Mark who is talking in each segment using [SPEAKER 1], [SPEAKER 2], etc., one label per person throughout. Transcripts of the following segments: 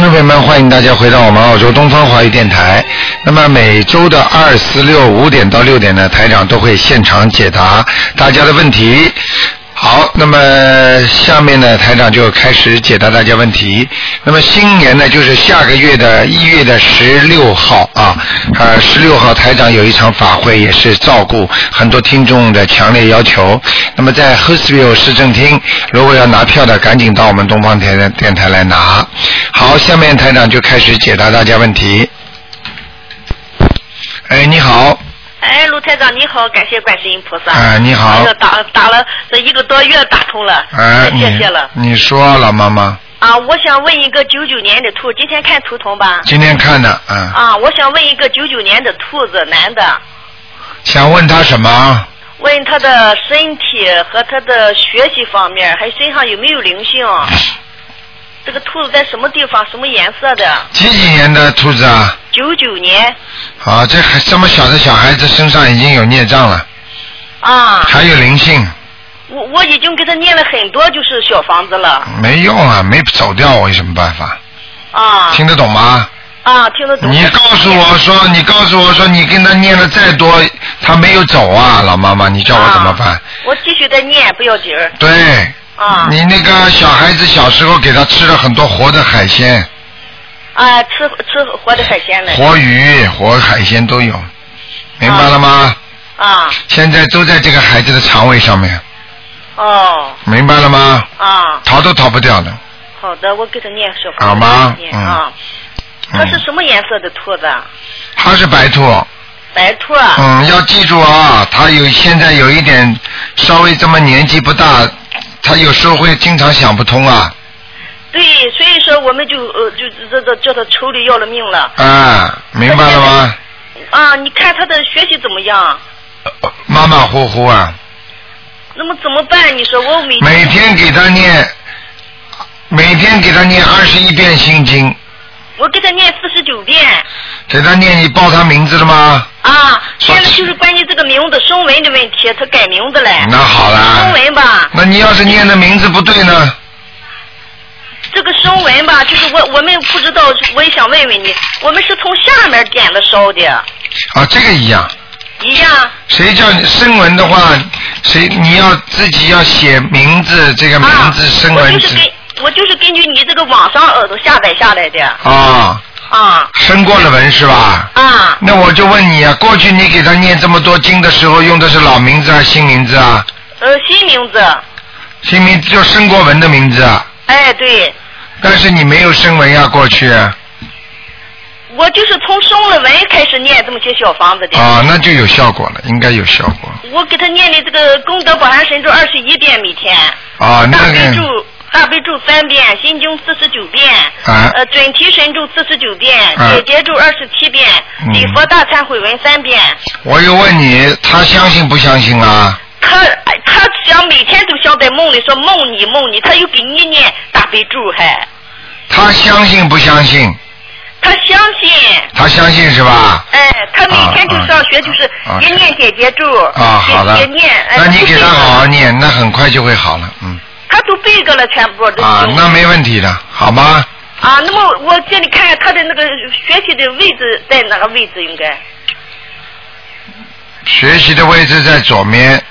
[SPEAKER 1] 朋友们，欢迎大家回到我们澳洲东方华语电台。那么每周的二、四、六五点到六点呢，台长都会现场解答大家的问题。好，那么下面呢，台长就开始解答大家问题。那么新年呢，就是下个月的一月的十六号啊，呃，十六号台长有一场法会，也是照顾很多听众的强烈要求。那么在 h e r s v i l l e 市政厅，如果要拿票的，赶紧到我们东方台的电台来拿。好，下面台长就开始解答大家问题。哎，你好，
[SPEAKER 2] 哎，卢台长你好，感谢观世音菩萨。
[SPEAKER 1] 哎你好
[SPEAKER 2] 哎呦打打了这一个多月打通了，
[SPEAKER 1] 哎，
[SPEAKER 2] 谢谢了。
[SPEAKER 1] 你你说老妈妈，
[SPEAKER 2] 啊，我想问一个九九年的兔，今天看图腾吧。
[SPEAKER 1] 今天看的，嗯，
[SPEAKER 2] 啊，我想问一个九九年的兔子男的，
[SPEAKER 1] 想问他什
[SPEAKER 2] 啊
[SPEAKER 1] 么？
[SPEAKER 2] 问他的身体和他的学习方面，还身上有没有灵性？这个兔子在什么地方，什么颜色的？
[SPEAKER 1] 几几年的兔子啊？
[SPEAKER 2] 九九年
[SPEAKER 1] 啊，这还这么小的小孩子身上已经有孽障了，
[SPEAKER 2] 啊，
[SPEAKER 1] 还有灵性，
[SPEAKER 2] 我我已经给他念了很多，就是小房子了
[SPEAKER 1] 没用啊，没走掉，我有什么办法？
[SPEAKER 2] 啊
[SPEAKER 1] 听得懂吗？
[SPEAKER 2] 啊，听得懂。
[SPEAKER 1] 你告诉我说，你告诉我说，你跟他念了再多，他没有走啊，老妈妈，你叫我怎么办？
[SPEAKER 2] 啊我继续再念，不要紧儿
[SPEAKER 1] 对，
[SPEAKER 2] 啊。
[SPEAKER 1] 你那个小孩子小时候给他吃了很多活的海鲜，
[SPEAKER 2] 啊，吃吃活的海鲜嘞。
[SPEAKER 1] 活鱼、活海鲜都有，明白了吗？
[SPEAKER 2] 啊，
[SPEAKER 1] 现在都在这个孩子的肠胃上面，
[SPEAKER 2] 哦，
[SPEAKER 1] 明白了吗？
[SPEAKER 2] 啊，
[SPEAKER 1] 逃都逃不掉的。
[SPEAKER 2] 好的，我给他念小房子。
[SPEAKER 1] 好吗
[SPEAKER 2] 念
[SPEAKER 1] 嗯
[SPEAKER 2] 啊，它是
[SPEAKER 1] 嗯，
[SPEAKER 2] 什么颜色的兔子啊？
[SPEAKER 1] 他是白兔。哦
[SPEAKER 2] 白兔啊。
[SPEAKER 1] 嗯，要记住啊，他有现在有一点稍微这么年纪不大，他有时候会经常想不通啊，
[SPEAKER 2] 对，所以说我们就呃就这这这他愁的要了命了
[SPEAKER 1] 啊，明白了吗？
[SPEAKER 2] 啊！你看他的学习怎么样？
[SPEAKER 1] 呃马马虎虎啊，
[SPEAKER 2] 那么怎么办？你说我每
[SPEAKER 1] 每天给他念，每天给他念二十一遍心经，
[SPEAKER 2] 我给他念四十九遍
[SPEAKER 1] 给他念，你报他名字了吗？
[SPEAKER 2] 啊。
[SPEAKER 1] 说
[SPEAKER 2] 现在就是关于这个名字声纹的问题，他改名字嘞。
[SPEAKER 1] 那好
[SPEAKER 2] 声
[SPEAKER 1] 啦，
[SPEAKER 2] 纹吧，
[SPEAKER 1] 那你要是念的名字不对呢？
[SPEAKER 2] 这个声纹吧，就是我我们不知道，我也想问问你，我们是从下面点的烧的，
[SPEAKER 1] 啊，这个一样。
[SPEAKER 2] 一样
[SPEAKER 1] 谁叫你声纹的话，谁你要自己要写名字，这个
[SPEAKER 2] 啊
[SPEAKER 1] 名字声，
[SPEAKER 2] 我
[SPEAKER 1] 纹
[SPEAKER 2] 就是
[SPEAKER 1] 字
[SPEAKER 2] 根我就是根据你这个网上耳朵下载下来的
[SPEAKER 1] 啊，
[SPEAKER 2] 啊
[SPEAKER 1] 生过了纹是吧？
[SPEAKER 2] 啊，
[SPEAKER 1] 那我就问你啊，过去你给他念这么多经的时候，用的是老名字还是新名字啊？
[SPEAKER 2] 呃新名字，
[SPEAKER 1] 新名字就生过纹的名字啊，
[SPEAKER 2] 哎对，
[SPEAKER 1] 但是你没有生纹呀、过去啊，
[SPEAKER 2] 我就是从生了文开始念这么些小房子的，
[SPEAKER 1] 啊那就有效果了，应该有效果
[SPEAKER 2] 我给他念的这个功德宝函神咒二十一遍每天，
[SPEAKER 1] 啊。那
[SPEAKER 2] 大悲
[SPEAKER 1] 个
[SPEAKER 2] 咒大悲咒三遍，心经四十九遍，
[SPEAKER 1] 啊
[SPEAKER 2] 呃准提神咒四十九遍，
[SPEAKER 1] 啊
[SPEAKER 2] 解结咒二十七遍，
[SPEAKER 1] 嗯
[SPEAKER 2] 礼佛大忏悔文三遍。
[SPEAKER 1] 我又问你，他相信不相信啊？
[SPEAKER 2] 他他想哎每天都想在梦里说梦你梦你，他又给你念大悲咒还，
[SPEAKER 1] 他相信不相信？
[SPEAKER 2] 他相信。
[SPEAKER 1] 他相信是吧？
[SPEAKER 2] 哎，他每天就上学，就是
[SPEAKER 1] 啊
[SPEAKER 2] 也念姐姐咒，
[SPEAKER 1] 啊，好了
[SPEAKER 2] 也也念，，哎
[SPEAKER 1] 那你给他好啊好
[SPEAKER 2] 都背过了
[SPEAKER 1] 念，那很快就会好了，嗯，
[SPEAKER 2] 他都背过了全部都
[SPEAKER 1] 啊，那没问题的，好吗？
[SPEAKER 2] 啊，那么我这里看看他的那个学习的位置在哪个位置应该？
[SPEAKER 1] 学习的位置在左面，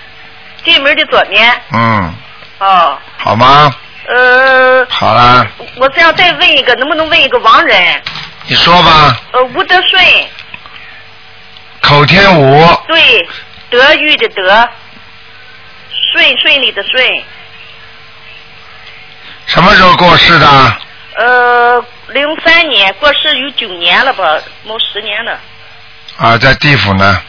[SPEAKER 2] 进门的左面，
[SPEAKER 1] 嗯，
[SPEAKER 2] 哦，
[SPEAKER 1] 好吗？
[SPEAKER 2] 呃，
[SPEAKER 1] 好啦，
[SPEAKER 2] 我这样再问一个，能不能问一个亡人？
[SPEAKER 1] 你说吧，
[SPEAKER 2] 呃，吴德顺，
[SPEAKER 1] 口天吴，
[SPEAKER 2] 对，德育的德，顺顺利的顺，
[SPEAKER 1] 什么时候过世的？
[SPEAKER 2] 呃，零三年过世有九年了吧，mau 十年了，
[SPEAKER 1] 啊，在地府呢，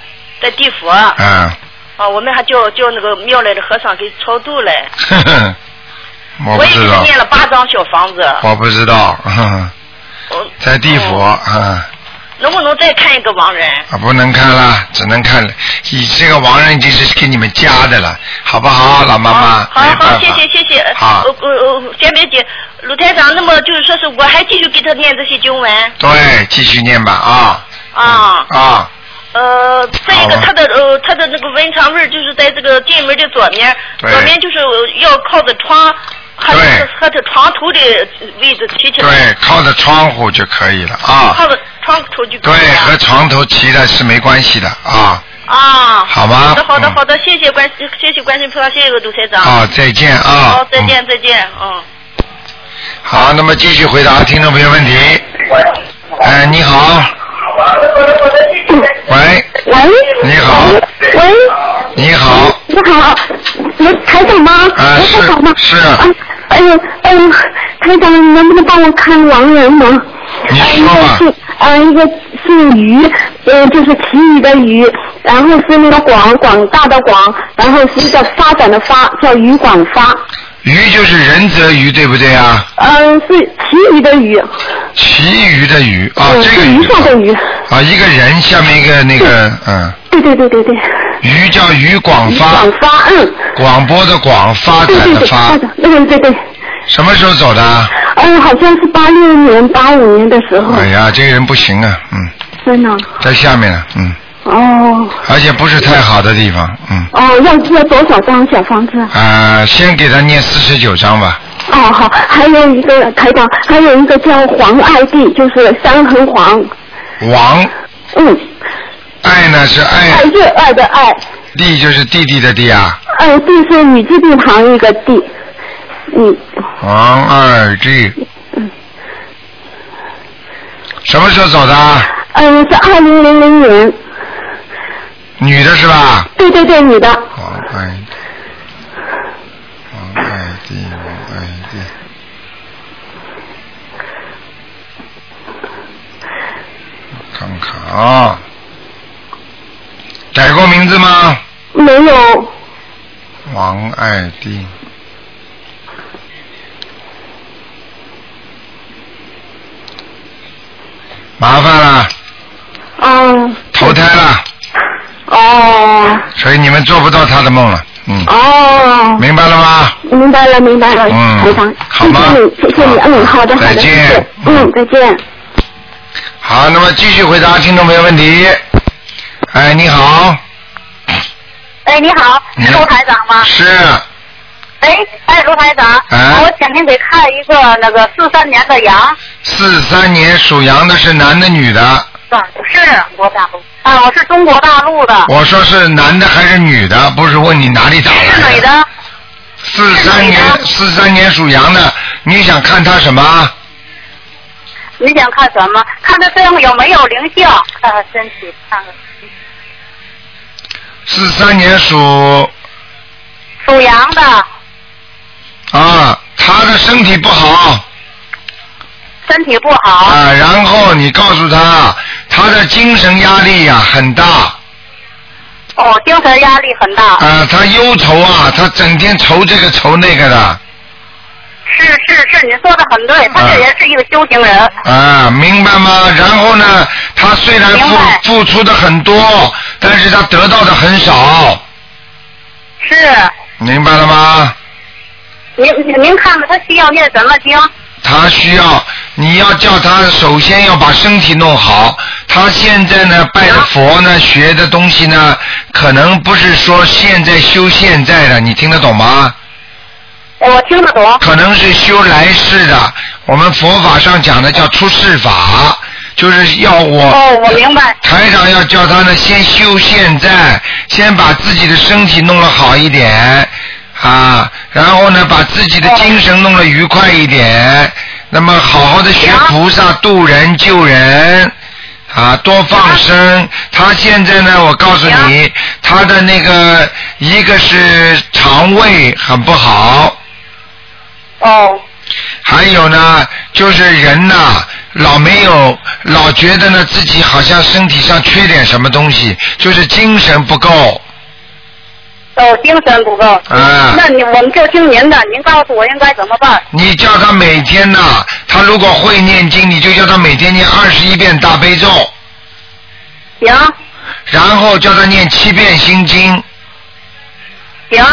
[SPEAKER 2] 在地府。
[SPEAKER 1] 啊，
[SPEAKER 2] 啊，我们还叫叫那个庙来的和尚给超度嘞。
[SPEAKER 1] 呵呵，我不
[SPEAKER 2] 也给
[SPEAKER 1] 知
[SPEAKER 2] 他
[SPEAKER 1] 道，
[SPEAKER 2] 念了八张小房子。
[SPEAKER 1] 我不知道， 呵呵
[SPEAKER 2] 我
[SPEAKER 1] 在地府
[SPEAKER 2] 哦
[SPEAKER 1] 啊，
[SPEAKER 2] 能不能再看一个亡人？
[SPEAKER 1] 啊，不能看了，只能看了，你这个亡人已经是给你们加的了，好不好，老妈妈？
[SPEAKER 2] 好
[SPEAKER 1] 没
[SPEAKER 2] 哦好，
[SPEAKER 1] 办
[SPEAKER 2] 谢
[SPEAKER 1] 法
[SPEAKER 2] 谢谢谢。
[SPEAKER 1] 好
[SPEAKER 2] 呃呃呃，先别急，鲁台长，那么就是说是我还继续给他念这些经文
[SPEAKER 1] 对，继续念吧啊
[SPEAKER 2] 啊。
[SPEAKER 1] 啊！
[SPEAKER 2] 呃，再一个
[SPEAKER 1] 好啊
[SPEAKER 2] 他的呃他的那个文肠位儿就是在这个进门的左面，
[SPEAKER 1] 对
[SPEAKER 2] 左面就是要靠着窗，
[SPEAKER 3] 还
[SPEAKER 1] 对
[SPEAKER 3] 是和他床头的位置齐起来，
[SPEAKER 1] 对，靠着窗户就可以了啊。
[SPEAKER 3] 靠着窗口就可
[SPEAKER 1] 对
[SPEAKER 3] 以，了
[SPEAKER 1] 和床头齐的是没关系的啊。
[SPEAKER 3] 啊，
[SPEAKER 1] 好吗
[SPEAKER 3] 好的，好的，
[SPEAKER 1] 嗯
[SPEAKER 3] 好的，谢谢关，谢谢关心菩萨，谢谢卢台长。
[SPEAKER 1] 啊，再见啊。
[SPEAKER 3] 好，再
[SPEAKER 1] 嗯
[SPEAKER 3] 见，再见，嗯。
[SPEAKER 1] 好，那么继续回答听众朋友问题。哎，你好，喂，
[SPEAKER 4] 喂，
[SPEAKER 1] 你好
[SPEAKER 4] 喂，
[SPEAKER 1] 你好，
[SPEAKER 4] 你好，卢台长吗？
[SPEAKER 1] 啊
[SPEAKER 4] 卢台长吗？
[SPEAKER 1] 是是
[SPEAKER 4] 啊，哎呦，哎呦，台长，你能不能帮我看亡人吗？
[SPEAKER 1] 你
[SPEAKER 4] 呃
[SPEAKER 1] 说吧
[SPEAKER 4] 一个是呃，一个姓于，呃，就是其余的于，然后是那个广广大的广，然后是一个发展的发，叫于广发。
[SPEAKER 1] 鱼就是仁泽鱼，对不对啊？
[SPEAKER 4] 嗯、是其余的余，
[SPEAKER 1] 其余的鱼啊，
[SPEAKER 4] 嗯
[SPEAKER 1] 这个
[SPEAKER 4] 是余
[SPEAKER 1] 鱼
[SPEAKER 4] 下的鱼。
[SPEAKER 1] 啊，一个人下面一个那个嗯，
[SPEAKER 4] 对对对对对，
[SPEAKER 1] 鱼叫鱼广
[SPEAKER 4] 于
[SPEAKER 1] 发
[SPEAKER 4] 广，发，嗯，
[SPEAKER 1] 广播的广，发
[SPEAKER 4] 对
[SPEAKER 1] 展
[SPEAKER 4] 对
[SPEAKER 1] 的
[SPEAKER 4] 对，
[SPEAKER 1] 发
[SPEAKER 4] 发。展，对对对对。
[SPEAKER 1] 什么时候走的啊？
[SPEAKER 4] 嗯，好像是八六年、八五年的时候，
[SPEAKER 1] 哎呀，这个人不行啊，嗯，
[SPEAKER 4] 真的。
[SPEAKER 1] 在下面了，嗯，
[SPEAKER 4] 哦
[SPEAKER 1] 而且不是太好的地方，嗯。
[SPEAKER 4] 哦，要要多少张小房子？
[SPEAKER 1] 啊、先给他念四十九章吧。
[SPEAKER 4] 哦好，还有一个台长，还有一个叫黄爱娣，就是三横黄，
[SPEAKER 1] 王
[SPEAKER 4] 嗯，
[SPEAKER 1] 爱呢是
[SPEAKER 4] 爱
[SPEAKER 1] 爱，
[SPEAKER 4] 热爱的爱，
[SPEAKER 1] 弟就是弟弟的弟啊。
[SPEAKER 4] 爱娣是女字旁旁一个娣，嗯，
[SPEAKER 1] 王二弟
[SPEAKER 4] 嗯。
[SPEAKER 1] 什么时候走的啊？
[SPEAKER 4] 嗯是二零零零年，
[SPEAKER 1] 女的是吧？
[SPEAKER 4] 对对对，女的，
[SPEAKER 1] 王爱，王爱弟，王爱弟。我看看啊，改过名字吗？
[SPEAKER 4] 没有，
[SPEAKER 1] 王爱弟。麻烦了，
[SPEAKER 4] 嗯，
[SPEAKER 1] 投胎了，
[SPEAKER 4] 哦
[SPEAKER 1] 所以你们做不到他的梦了，嗯，
[SPEAKER 4] 哦，
[SPEAKER 1] 明白了吗？
[SPEAKER 4] 明白了明白了，
[SPEAKER 1] 嗯
[SPEAKER 4] 台长，
[SPEAKER 1] 好吗
[SPEAKER 4] 谢谢你，谢谢你，嗯，好的好
[SPEAKER 1] 再
[SPEAKER 4] 的，谢
[SPEAKER 1] 见
[SPEAKER 4] 谢，嗯，再见。
[SPEAKER 1] 好，那么继续回答听众朋友问题。哎，你好，
[SPEAKER 2] 哎，你好，
[SPEAKER 1] 你
[SPEAKER 2] 是
[SPEAKER 1] 好
[SPEAKER 2] 卢台长吗？
[SPEAKER 1] 是
[SPEAKER 2] 哎，哎，卢台长，
[SPEAKER 1] 哎
[SPEAKER 2] 我请您给看一个那个四三年的羊，
[SPEAKER 1] 四三年属羊的是男的女的？
[SPEAKER 2] 是国大陆啊，我是中国大陆的，
[SPEAKER 1] 我说是男的还是女的？不是问你哪里打来
[SPEAKER 2] 是女的，
[SPEAKER 1] 四三
[SPEAKER 2] 是女
[SPEAKER 1] 年，
[SPEAKER 2] 的
[SPEAKER 1] 四三年属羊的，你想看他什么？
[SPEAKER 2] 你想看什么？看他身上有没有灵性？看看身体，看看。
[SPEAKER 1] 四三年属
[SPEAKER 2] 属羊的，
[SPEAKER 1] 啊，他的身体不好
[SPEAKER 2] 身体不好，
[SPEAKER 1] 啊，然后你告诉他，他的精神压力呀、很大
[SPEAKER 2] 哦，精神压力很大，
[SPEAKER 1] 啊，他忧愁啊，他整天愁这个愁那个的
[SPEAKER 2] 是是是，你说的很对，他
[SPEAKER 1] 嗯
[SPEAKER 2] 这人是一个修行人，
[SPEAKER 1] 啊，明白吗？然后呢，他虽然
[SPEAKER 2] 明
[SPEAKER 1] 付
[SPEAKER 2] 白
[SPEAKER 1] 付出的很多，但是他得到的很少，
[SPEAKER 2] 是。
[SPEAKER 1] 明白了吗？
[SPEAKER 2] 您您看看他需要念什么经？
[SPEAKER 1] 他需要，你要叫他首先要把身体弄好。他现在呢拜的佛呢学的东西呢，可能不是说现在修现在的，你听得懂吗？
[SPEAKER 2] 我听得懂，
[SPEAKER 1] 可能是修来世的。我们佛法上讲的叫出世法，就是要我。
[SPEAKER 2] 哦，我明白。
[SPEAKER 1] 台长要教他呢，先修现在，先把自己的身体弄得好一点啊，然后呢，把自己的精神弄得愉快一点。那么，好好的学菩萨度人救人啊，多放生。他现在呢，我告诉你，他的那个一个是肠胃很不好，
[SPEAKER 2] 哦，
[SPEAKER 1] 还有呢，就是人呐、老没有，老觉得呢自己好像身体上缺点什么东西，就是精神不够
[SPEAKER 2] 哦，精神不够。
[SPEAKER 1] 啊。
[SPEAKER 2] 那你我们就听您的，您告诉我应该怎么办？
[SPEAKER 1] 你叫他每天呐、他如果会念经，你就叫他每天念二十一遍大悲咒，
[SPEAKER 2] 行
[SPEAKER 1] 然后叫他念七遍心经，
[SPEAKER 2] 行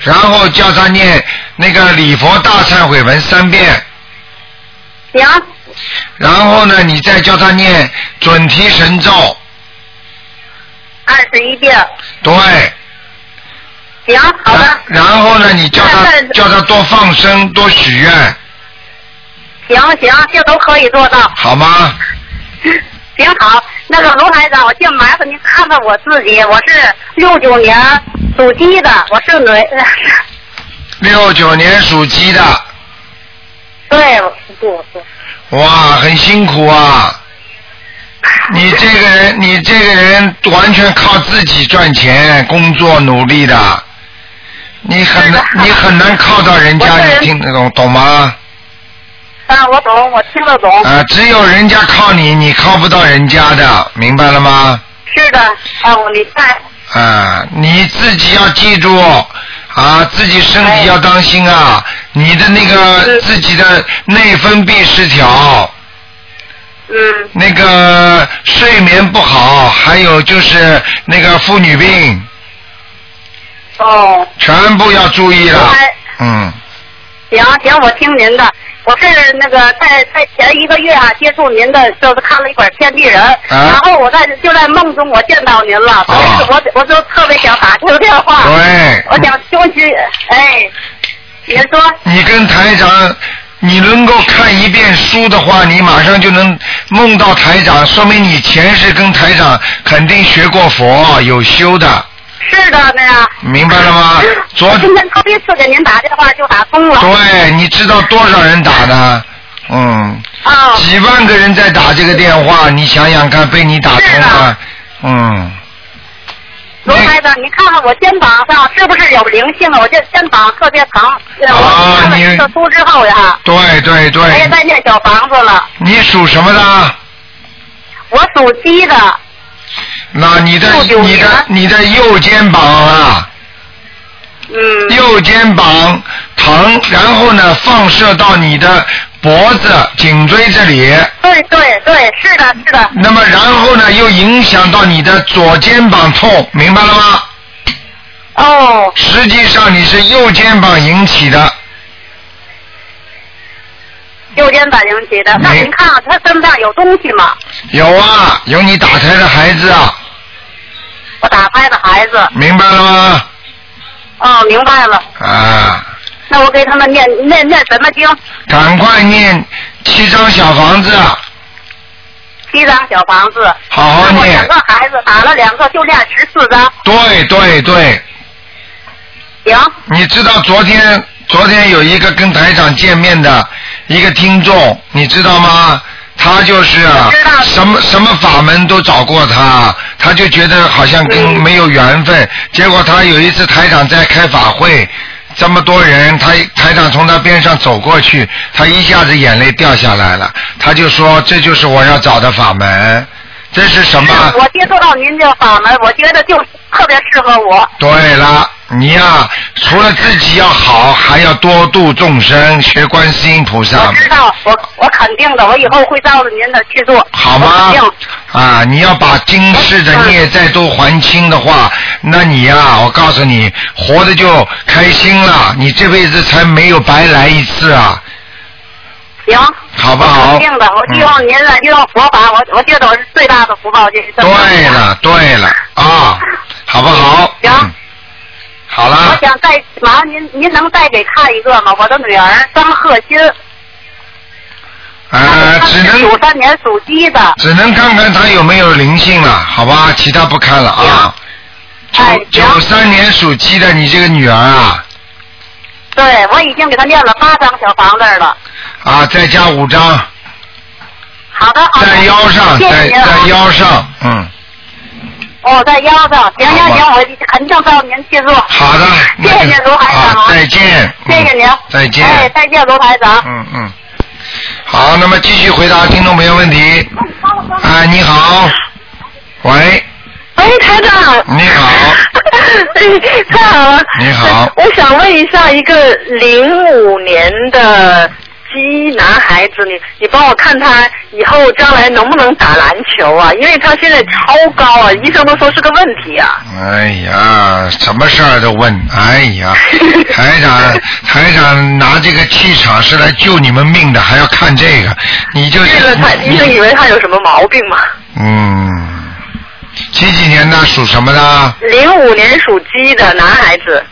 [SPEAKER 1] 然后叫他念那个礼佛大忏悔文三遍，
[SPEAKER 4] 啊
[SPEAKER 2] 行
[SPEAKER 1] 然后呢，你再叫他念准提神咒，
[SPEAKER 2] 二十一遍
[SPEAKER 1] 对，
[SPEAKER 2] 行，好的，
[SPEAKER 1] 然然后呢，你叫他
[SPEAKER 2] 那那
[SPEAKER 1] 叫他多放生，多许愿，
[SPEAKER 2] 行行，这都可以做到。
[SPEAKER 1] 好吗？
[SPEAKER 2] 行好，那个卢台长，我就麻烦您看看我自己，我是六九年属鸡的，我是女，
[SPEAKER 1] 六九年属鸡的，
[SPEAKER 2] 对，不不，
[SPEAKER 1] 哇，很辛苦啊！ 你这个人，你这个人完全靠自己赚钱、工作努力的，你很难
[SPEAKER 2] 是，的
[SPEAKER 1] 你很难靠到人
[SPEAKER 2] 我
[SPEAKER 1] 家，
[SPEAKER 2] 这人
[SPEAKER 1] 你听得懂懂吗？
[SPEAKER 2] 啊，我懂，我听得懂，
[SPEAKER 1] 啊，只有人家靠你，你靠不到人家的，明白了吗？
[SPEAKER 2] 是的，啊，我明白，
[SPEAKER 1] 啊，你自己要记住啊，自己身
[SPEAKER 2] 哎
[SPEAKER 1] 体要当心啊，你的那个
[SPEAKER 2] 是
[SPEAKER 1] 自己的内分泌失调，
[SPEAKER 2] 嗯，
[SPEAKER 1] 那个睡眠不好，还有就是那个妇女病，
[SPEAKER 2] 哦，
[SPEAKER 1] 全部要注意了。
[SPEAKER 2] 哎
[SPEAKER 1] 嗯，
[SPEAKER 2] 行行，我听您的。我是那个在在前一个月啊接触您的，就是看了一本《天地人》然后我在就在梦中我见到您了，所以
[SPEAKER 1] 啊
[SPEAKER 2] 我我就特别想打这个电话，
[SPEAKER 1] 对，
[SPEAKER 2] 我想休息，哎，您说
[SPEAKER 1] 你跟台长，你能够看一遍书的话，你马上就能梦到台长，说明你前世跟台长肯定学过佛，有修的，
[SPEAKER 2] 是的那样。
[SPEAKER 1] 明白了吗？昨
[SPEAKER 2] 啊我今天头一次给您打电话就打通了，
[SPEAKER 1] 对，你知道多少人打的？嗯，
[SPEAKER 2] 啊，
[SPEAKER 1] 几万个人在打这个电话，你想想看，被你打通
[SPEAKER 2] 是
[SPEAKER 1] 了
[SPEAKER 2] 啊的，
[SPEAKER 1] 嗯。
[SPEAKER 2] 罗台长，你看看我肩膀上是不是有灵性啊？我这肩膀特别疼，我看了
[SPEAKER 1] 啊你
[SPEAKER 2] 这个书之后呀，
[SPEAKER 1] 对对
[SPEAKER 2] 我也
[SPEAKER 1] 对，
[SPEAKER 2] 在念小房子了，
[SPEAKER 1] 你属什么的？
[SPEAKER 2] 我属鸡的。
[SPEAKER 1] 那你的
[SPEAKER 2] 六九
[SPEAKER 1] 你的
[SPEAKER 2] 年
[SPEAKER 1] 你的右肩膀啊，
[SPEAKER 2] 嗯，
[SPEAKER 1] 右肩膀疼，然后呢放射到你的脖子、颈椎这里，
[SPEAKER 2] 对对对，是的，是的，
[SPEAKER 1] 那么然后呢又影响到你的左肩膀痛，明白了吗？
[SPEAKER 2] 哦，
[SPEAKER 1] 实际上你是右肩膀引起的，
[SPEAKER 2] 右肩膀引起的。那
[SPEAKER 1] 没
[SPEAKER 2] 您看看他身上有东西吗？
[SPEAKER 1] 有啊，有你打胎的孩子啊，
[SPEAKER 2] 我打胎的孩子，
[SPEAKER 1] 明白了吗？
[SPEAKER 2] 哦，明白了。
[SPEAKER 1] 啊，
[SPEAKER 2] 那我给他们念念念什么经？
[SPEAKER 1] 赶快念七张小房子，啊
[SPEAKER 2] 七张小房子。
[SPEAKER 1] 好好
[SPEAKER 2] 那我
[SPEAKER 1] 念
[SPEAKER 2] 两个。孩子打了两个，就念十四张。
[SPEAKER 1] 对对对，
[SPEAKER 2] 行，
[SPEAKER 1] 你知道昨天昨天有一个跟台长见面的一个听众，你知道吗？他就是啊
[SPEAKER 2] 我知道
[SPEAKER 1] 什么什么法门都找过他，他就觉得好像跟
[SPEAKER 2] 嗯
[SPEAKER 1] 没有缘分。结果他有一次台长在开法会，这么多人，他台长从他边上走过去，他一下子眼泪掉下来了。他就说：“这就是我要找的法门，这是什么？”
[SPEAKER 2] 是我接触到您这个法门，我觉得就特别适合我。
[SPEAKER 1] 对了，你呀、除了自己要好，还要多度众生，学观世音菩萨
[SPEAKER 2] 我，知道，我我肯定的，我以后会照着您的去做。
[SPEAKER 1] 好
[SPEAKER 2] 我
[SPEAKER 1] 吗
[SPEAKER 2] 肯定。？
[SPEAKER 1] 啊，你要把今世的孽债都还清的话，那你呀、我告诉你，活的就开心了，你这辈子才没有白来一次啊，
[SPEAKER 2] 行，
[SPEAKER 1] 好不
[SPEAKER 2] 我
[SPEAKER 1] 好？
[SPEAKER 2] 肯定的，我就用
[SPEAKER 1] 嗯、
[SPEAKER 2] 您的，就用佛法，我我觉得我是最大的福报就是这么多
[SPEAKER 1] 对
[SPEAKER 2] 年。
[SPEAKER 1] 了，对了啊，好不好？
[SPEAKER 2] 行
[SPEAKER 1] 嗯好
[SPEAKER 2] 我
[SPEAKER 1] 啦，
[SPEAKER 2] 想再麻烦您，您能再给看一个吗？我的女儿张鹤欣，
[SPEAKER 1] 呃，只能
[SPEAKER 2] 九三年属鸡的，
[SPEAKER 1] 只能看看他有没有灵性了，好吧，其他不看了啊。九
[SPEAKER 2] 哎
[SPEAKER 1] 九三年属鸡的，你这个女儿啊
[SPEAKER 2] 对我已经给她念了八张小房子了。
[SPEAKER 1] 啊，再加五张，
[SPEAKER 2] 好的，好的。
[SPEAKER 1] 在腰上，
[SPEAKER 2] 谢谢
[SPEAKER 1] 在
[SPEAKER 2] 您啊
[SPEAKER 1] 在。腰上，嗯，
[SPEAKER 2] 哦，在腰上，行行
[SPEAKER 1] 好
[SPEAKER 2] 行，我肯定照您去做。
[SPEAKER 1] 好的，
[SPEAKER 2] 谢谢
[SPEAKER 1] 那就
[SPEAKER 2] 卢台长啊
[SPEAKER 1] 啊，再见，
[SPEAKER 2] 谢谢您
[SPEAKER 1] 嗯。再见，
[SPEAKER 2] 哎，再见，罗台长。
[SPEAKER 1] 嗯嗯，好，那么继续回答听众朋友问题。
[SPEAKER 2] 嗯
[SPEAKER 1] 啊，你好，喂，
[SPEAKER 5] 喂，台长。
[SPEAKER 1] 你好
[SPEAKER 5] 哎，太好了。
[SPEAKER 1] 你好
[SPEAKER 5] 我想问一下，一个零五年的鸡男孩子，你你帮我看他以后将来能不能打篮球啊？因为他现在超高啊，医生都说是个问题啊。
[SPEAKER 1] 哎呀，什么事儿都问，哎 呀，台长，台长拿这个气场是来救你们命的，还要看这个，你就
[SPEAKER 5] 这
[SPEAKER 1] 是
[SPEAKER 5] 个他医生以
[SPEAKER 1] 你
[SPEAKER 5] 为他有什么毛病嘛？
[SPEAKER 1] 嗯，几几年的属什么的？
[SPEAKER 5] 零五年属鸡的男孩子，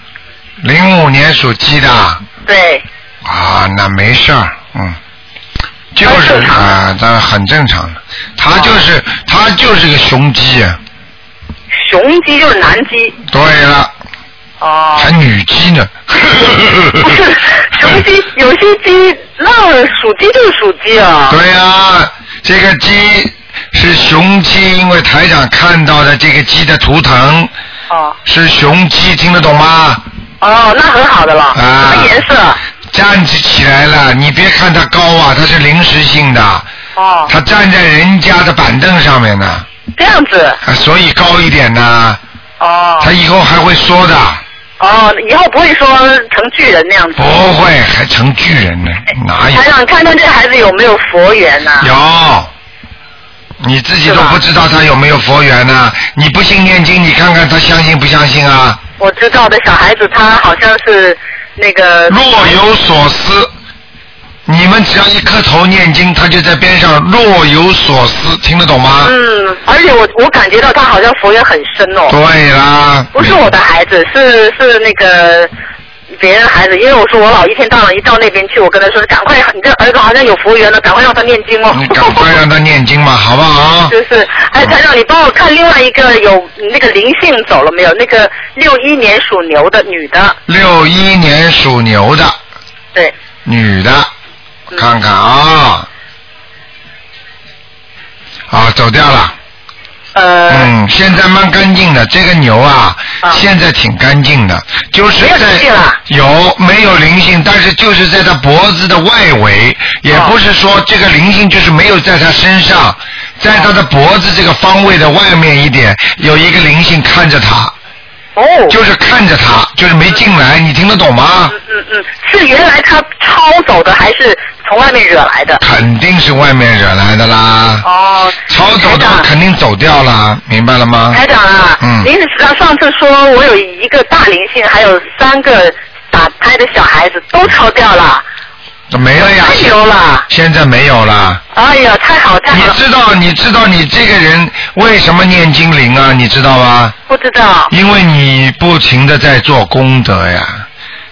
[SPEAKER 1] 零五年属鸡的
[SPEAKER 2] 对，
[SPEAKER 1] 啊，那没事儿，嗯，就
[SPEAKER 2] 很
[SPEAKER 1] 是
[SPEAKER 2] 正常哦
[SPEAKER 1] 啊，那很正常的，他就是他就是个雄鸡啊，
[SPEAKER 2] 雄鸡就是男鸡。
[SPEAKER 1] 对了，
[SPEAKER 2] 哦，
[SPEAKER 1] 还女鸡呢，
[SPEAKER 2] 不 是 雄鸡，有些鸡那属鸡就是属鸡啊。
[SPEAKER 1] 对呀、这个鸡是雄鸡，因为台长看到的这个鸡的图腾
[SPEAKER 2] 哦
[SPEAKER 1] 是雄鸡，听得懂吗？
[SPEAKER 2] 哦，那很好的了。
[SPEAKER 1] 啊
[SPEAKER 2] 什么颜色？
[SPEAKER 1] 站起起来了，你别看它高啊，它是临时性的，
[SPEAKER 2] 哦，
[SPEAKER 1] 它站在人家的板凳上面呢，
[SPEAKER 2] 这样子。
[SPEAKER 1] 啊所以高一点呢，
[SPEAKER 2] 哦
[SPEAKER 1] 它以后还会缩的，
[SPEAKER 2] 哦，以后不会说成巨人那样子
[SPEAKER 1] 不。会还成巨人呢，哪有
[SPEAKER 2] 哎台？长，看看这孩子有没有佛缘呐、
[SPEAKER 1] 哎有，你自己
[SPEAKER 2] 是
[SPEAKER 1] 都
[SPEAKER 2] 吧
[SPEAKER 1] 不知道他有没有佛缘呢、你不信念经，你看看他相信不相信啊？
[SPEAKER 2] 我知道的小孩子，他好像是那个
[SPEAKER 1] 若有所思，你们只要一磕头念经，他就在边上若有所思，听得懂吗？
[SPEAKER 2] 嗯，而且我我感觉到他好像佛缘很深哦。
[SPEAKER 1] 对啦，
[SPEAKER 2] 不是我的孩子，是是那个别人孩子，因为我说我老一天到晚一到那边去，我跟他说赶快，你这儿子好像有佛缘了，赶快让他念经哦。
[SPEAKER 1] 你嗯赶快啊让他念经嘛， 好不好？
[SPEAKER 2] 就是，哎，台长，你帮我看另外一个有那个灵性走了没有？那个六一年属牛的女的，
[SPEAKER 1] 六一年属牛的
[SPEAKER 2] 对，
[SPEAKER 1] 女的，
[SPEAKER 2] 嗯
[SPEAKER 1] 看看啊，啊，走掉了。
[SPEAKER 2] 呃，
[SPEAKER 1] 嗯，现在蛮干净的，这个牛啊，
[SPEAKER 2] 啊
[SPEAKER 1] 现在挺干净的，就是
[SPEAKER 2] 没有灵性
[SPEAKER 1] 在
[SPEAKER 2] 了
[SPEAKER 1] 有没有灵性，但是就是在它脖子的外围，也
[SPEAKER 2] 哦
[SPEAKER 1] 不是说这个灵性就是没有在它身上，在它的脖子这个方位的外面一点有一个灵性看着它，
[SPEAKER 2] 哦，
[SPEAKER 1] 就是看着它，就是没进来，你听得懂吗？
[SPEAKER 2] 嗯嗯嗯，是原来他抄走的，还是从外面惹来的？
[SPEAKER 1] 肯定是外面惹来的啦，
[SPEAKER 2] 哦，
[SPEAKER 1] 抄走
[SPEAKER 2] 台
[SPEAKER 1] 的
[SPEAKER 2] 长
[SPEAKER 1] 肯定走掉了，明白了吗？
[SPEAKER 2] 台长啊，
[SPEAKER 1] 嗯
[SPEAKER 2] 您知道上次说我有一个大灵性，还有三个打胎的小孩子都抽掉了，
[SPEAKER 1] 没哎了呀，
[SPEAKER 2] 太
[SPEAKER 1] 现
[SPEAKER 2] 牛了！
[SPEAKER 1] 现在没有了。
[SPEAKER 2] 哎呀，太好太
[SPEAKER 1] 你
[SPEAKER 2] 好了！
[SPEAKER 1] 知道，你知道你这个人为什么念经灵啊？你知道吗？
[SPEAKER 2] 不知道，
[SPEAKER 1] 因为你不停的在做功德呀，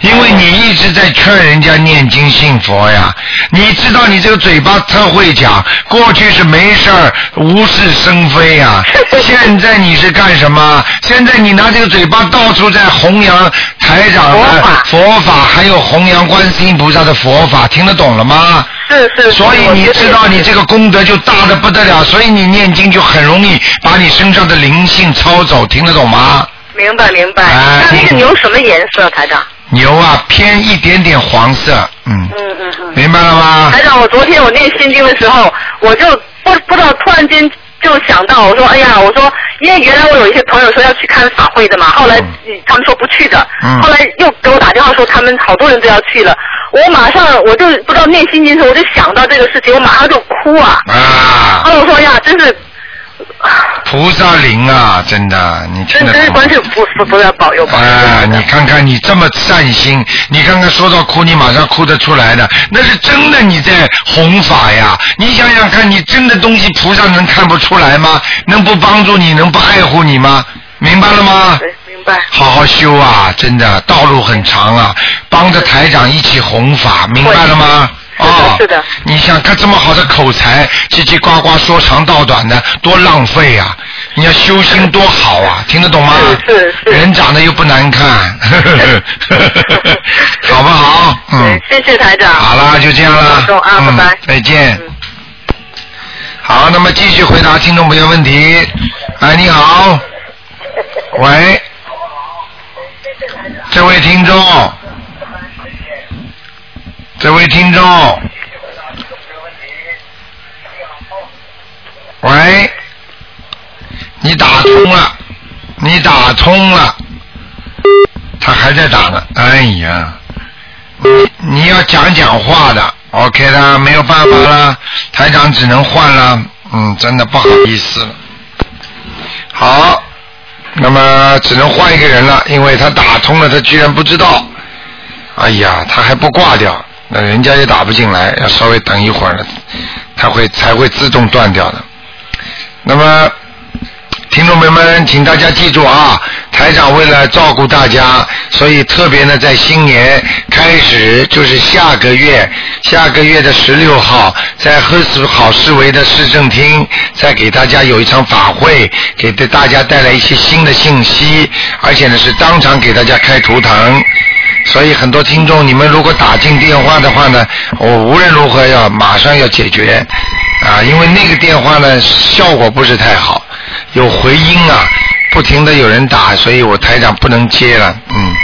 [SPEAKER 1] 因为你一直在劝人家念经信佛呀。你知道你这个嘴巴特会讲，过去是没事儿无事生非 呀，现在你是干什么？现在你拿这个嘴巴到处在弘扬台长的佛法，还有弘扬观世音菩萨的佛法，听得懂了吗？
[SPEAKER 2] 是是。
[SPEAKER 1] 所以
[SPEAKER 2] 我
[SPEAKER 1] 你
[SPEAKER 2] 觉得
[SPEAKER 1] 知道，你这个功德就大的不得了，所以你念经就很容易把你身上的灵性抄走，听得懂吗？
[SPEAKER 2] 明白明白。
[SPEAKER 1] 哎
[SPEAKER 2] 那那个牛什么颜色，台长？
[SPEAKER 1] 牛啊，偏一点点黄色，嗯，
[SPEAKER 2] 嗯嗯嗯。
[SPEAKER 1] 明白了吗？
[SPEAKER 2] 台长，我昨天我念心经的时候，我就不不知道突然间就想到，我说哎呀，我说因为原来我有一些朋友说要去看法会的嘛，后来、
[SPEAKER 1] 嗯
[SPEAKER 2] 他们说不去的，
[SPEAKER 1] 嗯
[SPEAKER 2] 后来又给我打电话说他们好多人都要去了，我马上我就不知道念心经的时候，我就想到这个事情，我马上就哭啊，
[SPEAKER 1] 啊
[SPEAKER 2] 后，来我说哎呀，真是。
[SPEAKER 1] 菩萨灵啊，真的，你听
[SPEAKER 2] 真
[SPEAKER 1] 得
[SPEAKER 2] 真是
[SPEAKER 1] 懂吗
[SPEAKER 2] 观世不不不要保佑保佑！
[SPEAKER 1] 哎，你看看你这么善心，你看看说到哭，你马上哭得出来的，那是真的你在弘法呀！你想想看，你真的东西菩萨能看不出来吗？能不帮助你，能不爱护你吗？明白了吗？
[SPEAKER 2] 对，明白。
[SPEAKER 1] 好好修啊，真的道路很长啊，帮着台长一起弘法，明白了吗？
[SPEAKER 2] 是的
[SPEAKER 1] 哦，
[SPEAKER 2] 是的
[SPEAKER 1] 你想看这么好的口才，叽叽呱呱说长道短的，多浪费啊！你要修心多好啊，听得懂吗？
[SPEAKER 2] 是是是
[SPEAKER 1] 人长得又不难看， 呵呵呵好不好？嗯
[SPEAKER 2] 对，，谢谢台长。
[SPEAKER 1] 好啦，就这样啦
[SPEAKER 2] 保重。啊
[SPEAKER 1] 嗯，
[SPEAKER 2] 拜拜
[SPEAKER 1] 再见
[SPEAKER 2] 嗯。
[SPEAKER 1] 好，那么继续回答听众朋友问题。哎，你好，喂，这位听众，这位听众，喂，你打通了，你打通了，他还在打呢，哎呀。你你要讲讲话的，OK 啦，没有办法啦，台长只能换啦，嗯，真的不好意思了。好，那么只能换一个人了，因为他打通了，他居然不知道，哎呀，他还不挂掉，那人家也打不进来，要稍微等一会儿了，他会才会自动断掉的。那么听众朋友们，请大家记住啊，台长为了照顾大家，所以特别呢，在新年开始，就是下个月，下个月的十六号，在赫斯好市委的市政厅，再给大家有一场法会，给大家带来一些新的信息，而且呢是当场给大家开图腾。所以很多听众，你们如果打进电话的话呢，我无论如何要马上要解决啊，因为那个电话呢效果不是太好，有回音啊，不停的有人打，所以我台长不能接了，嗯，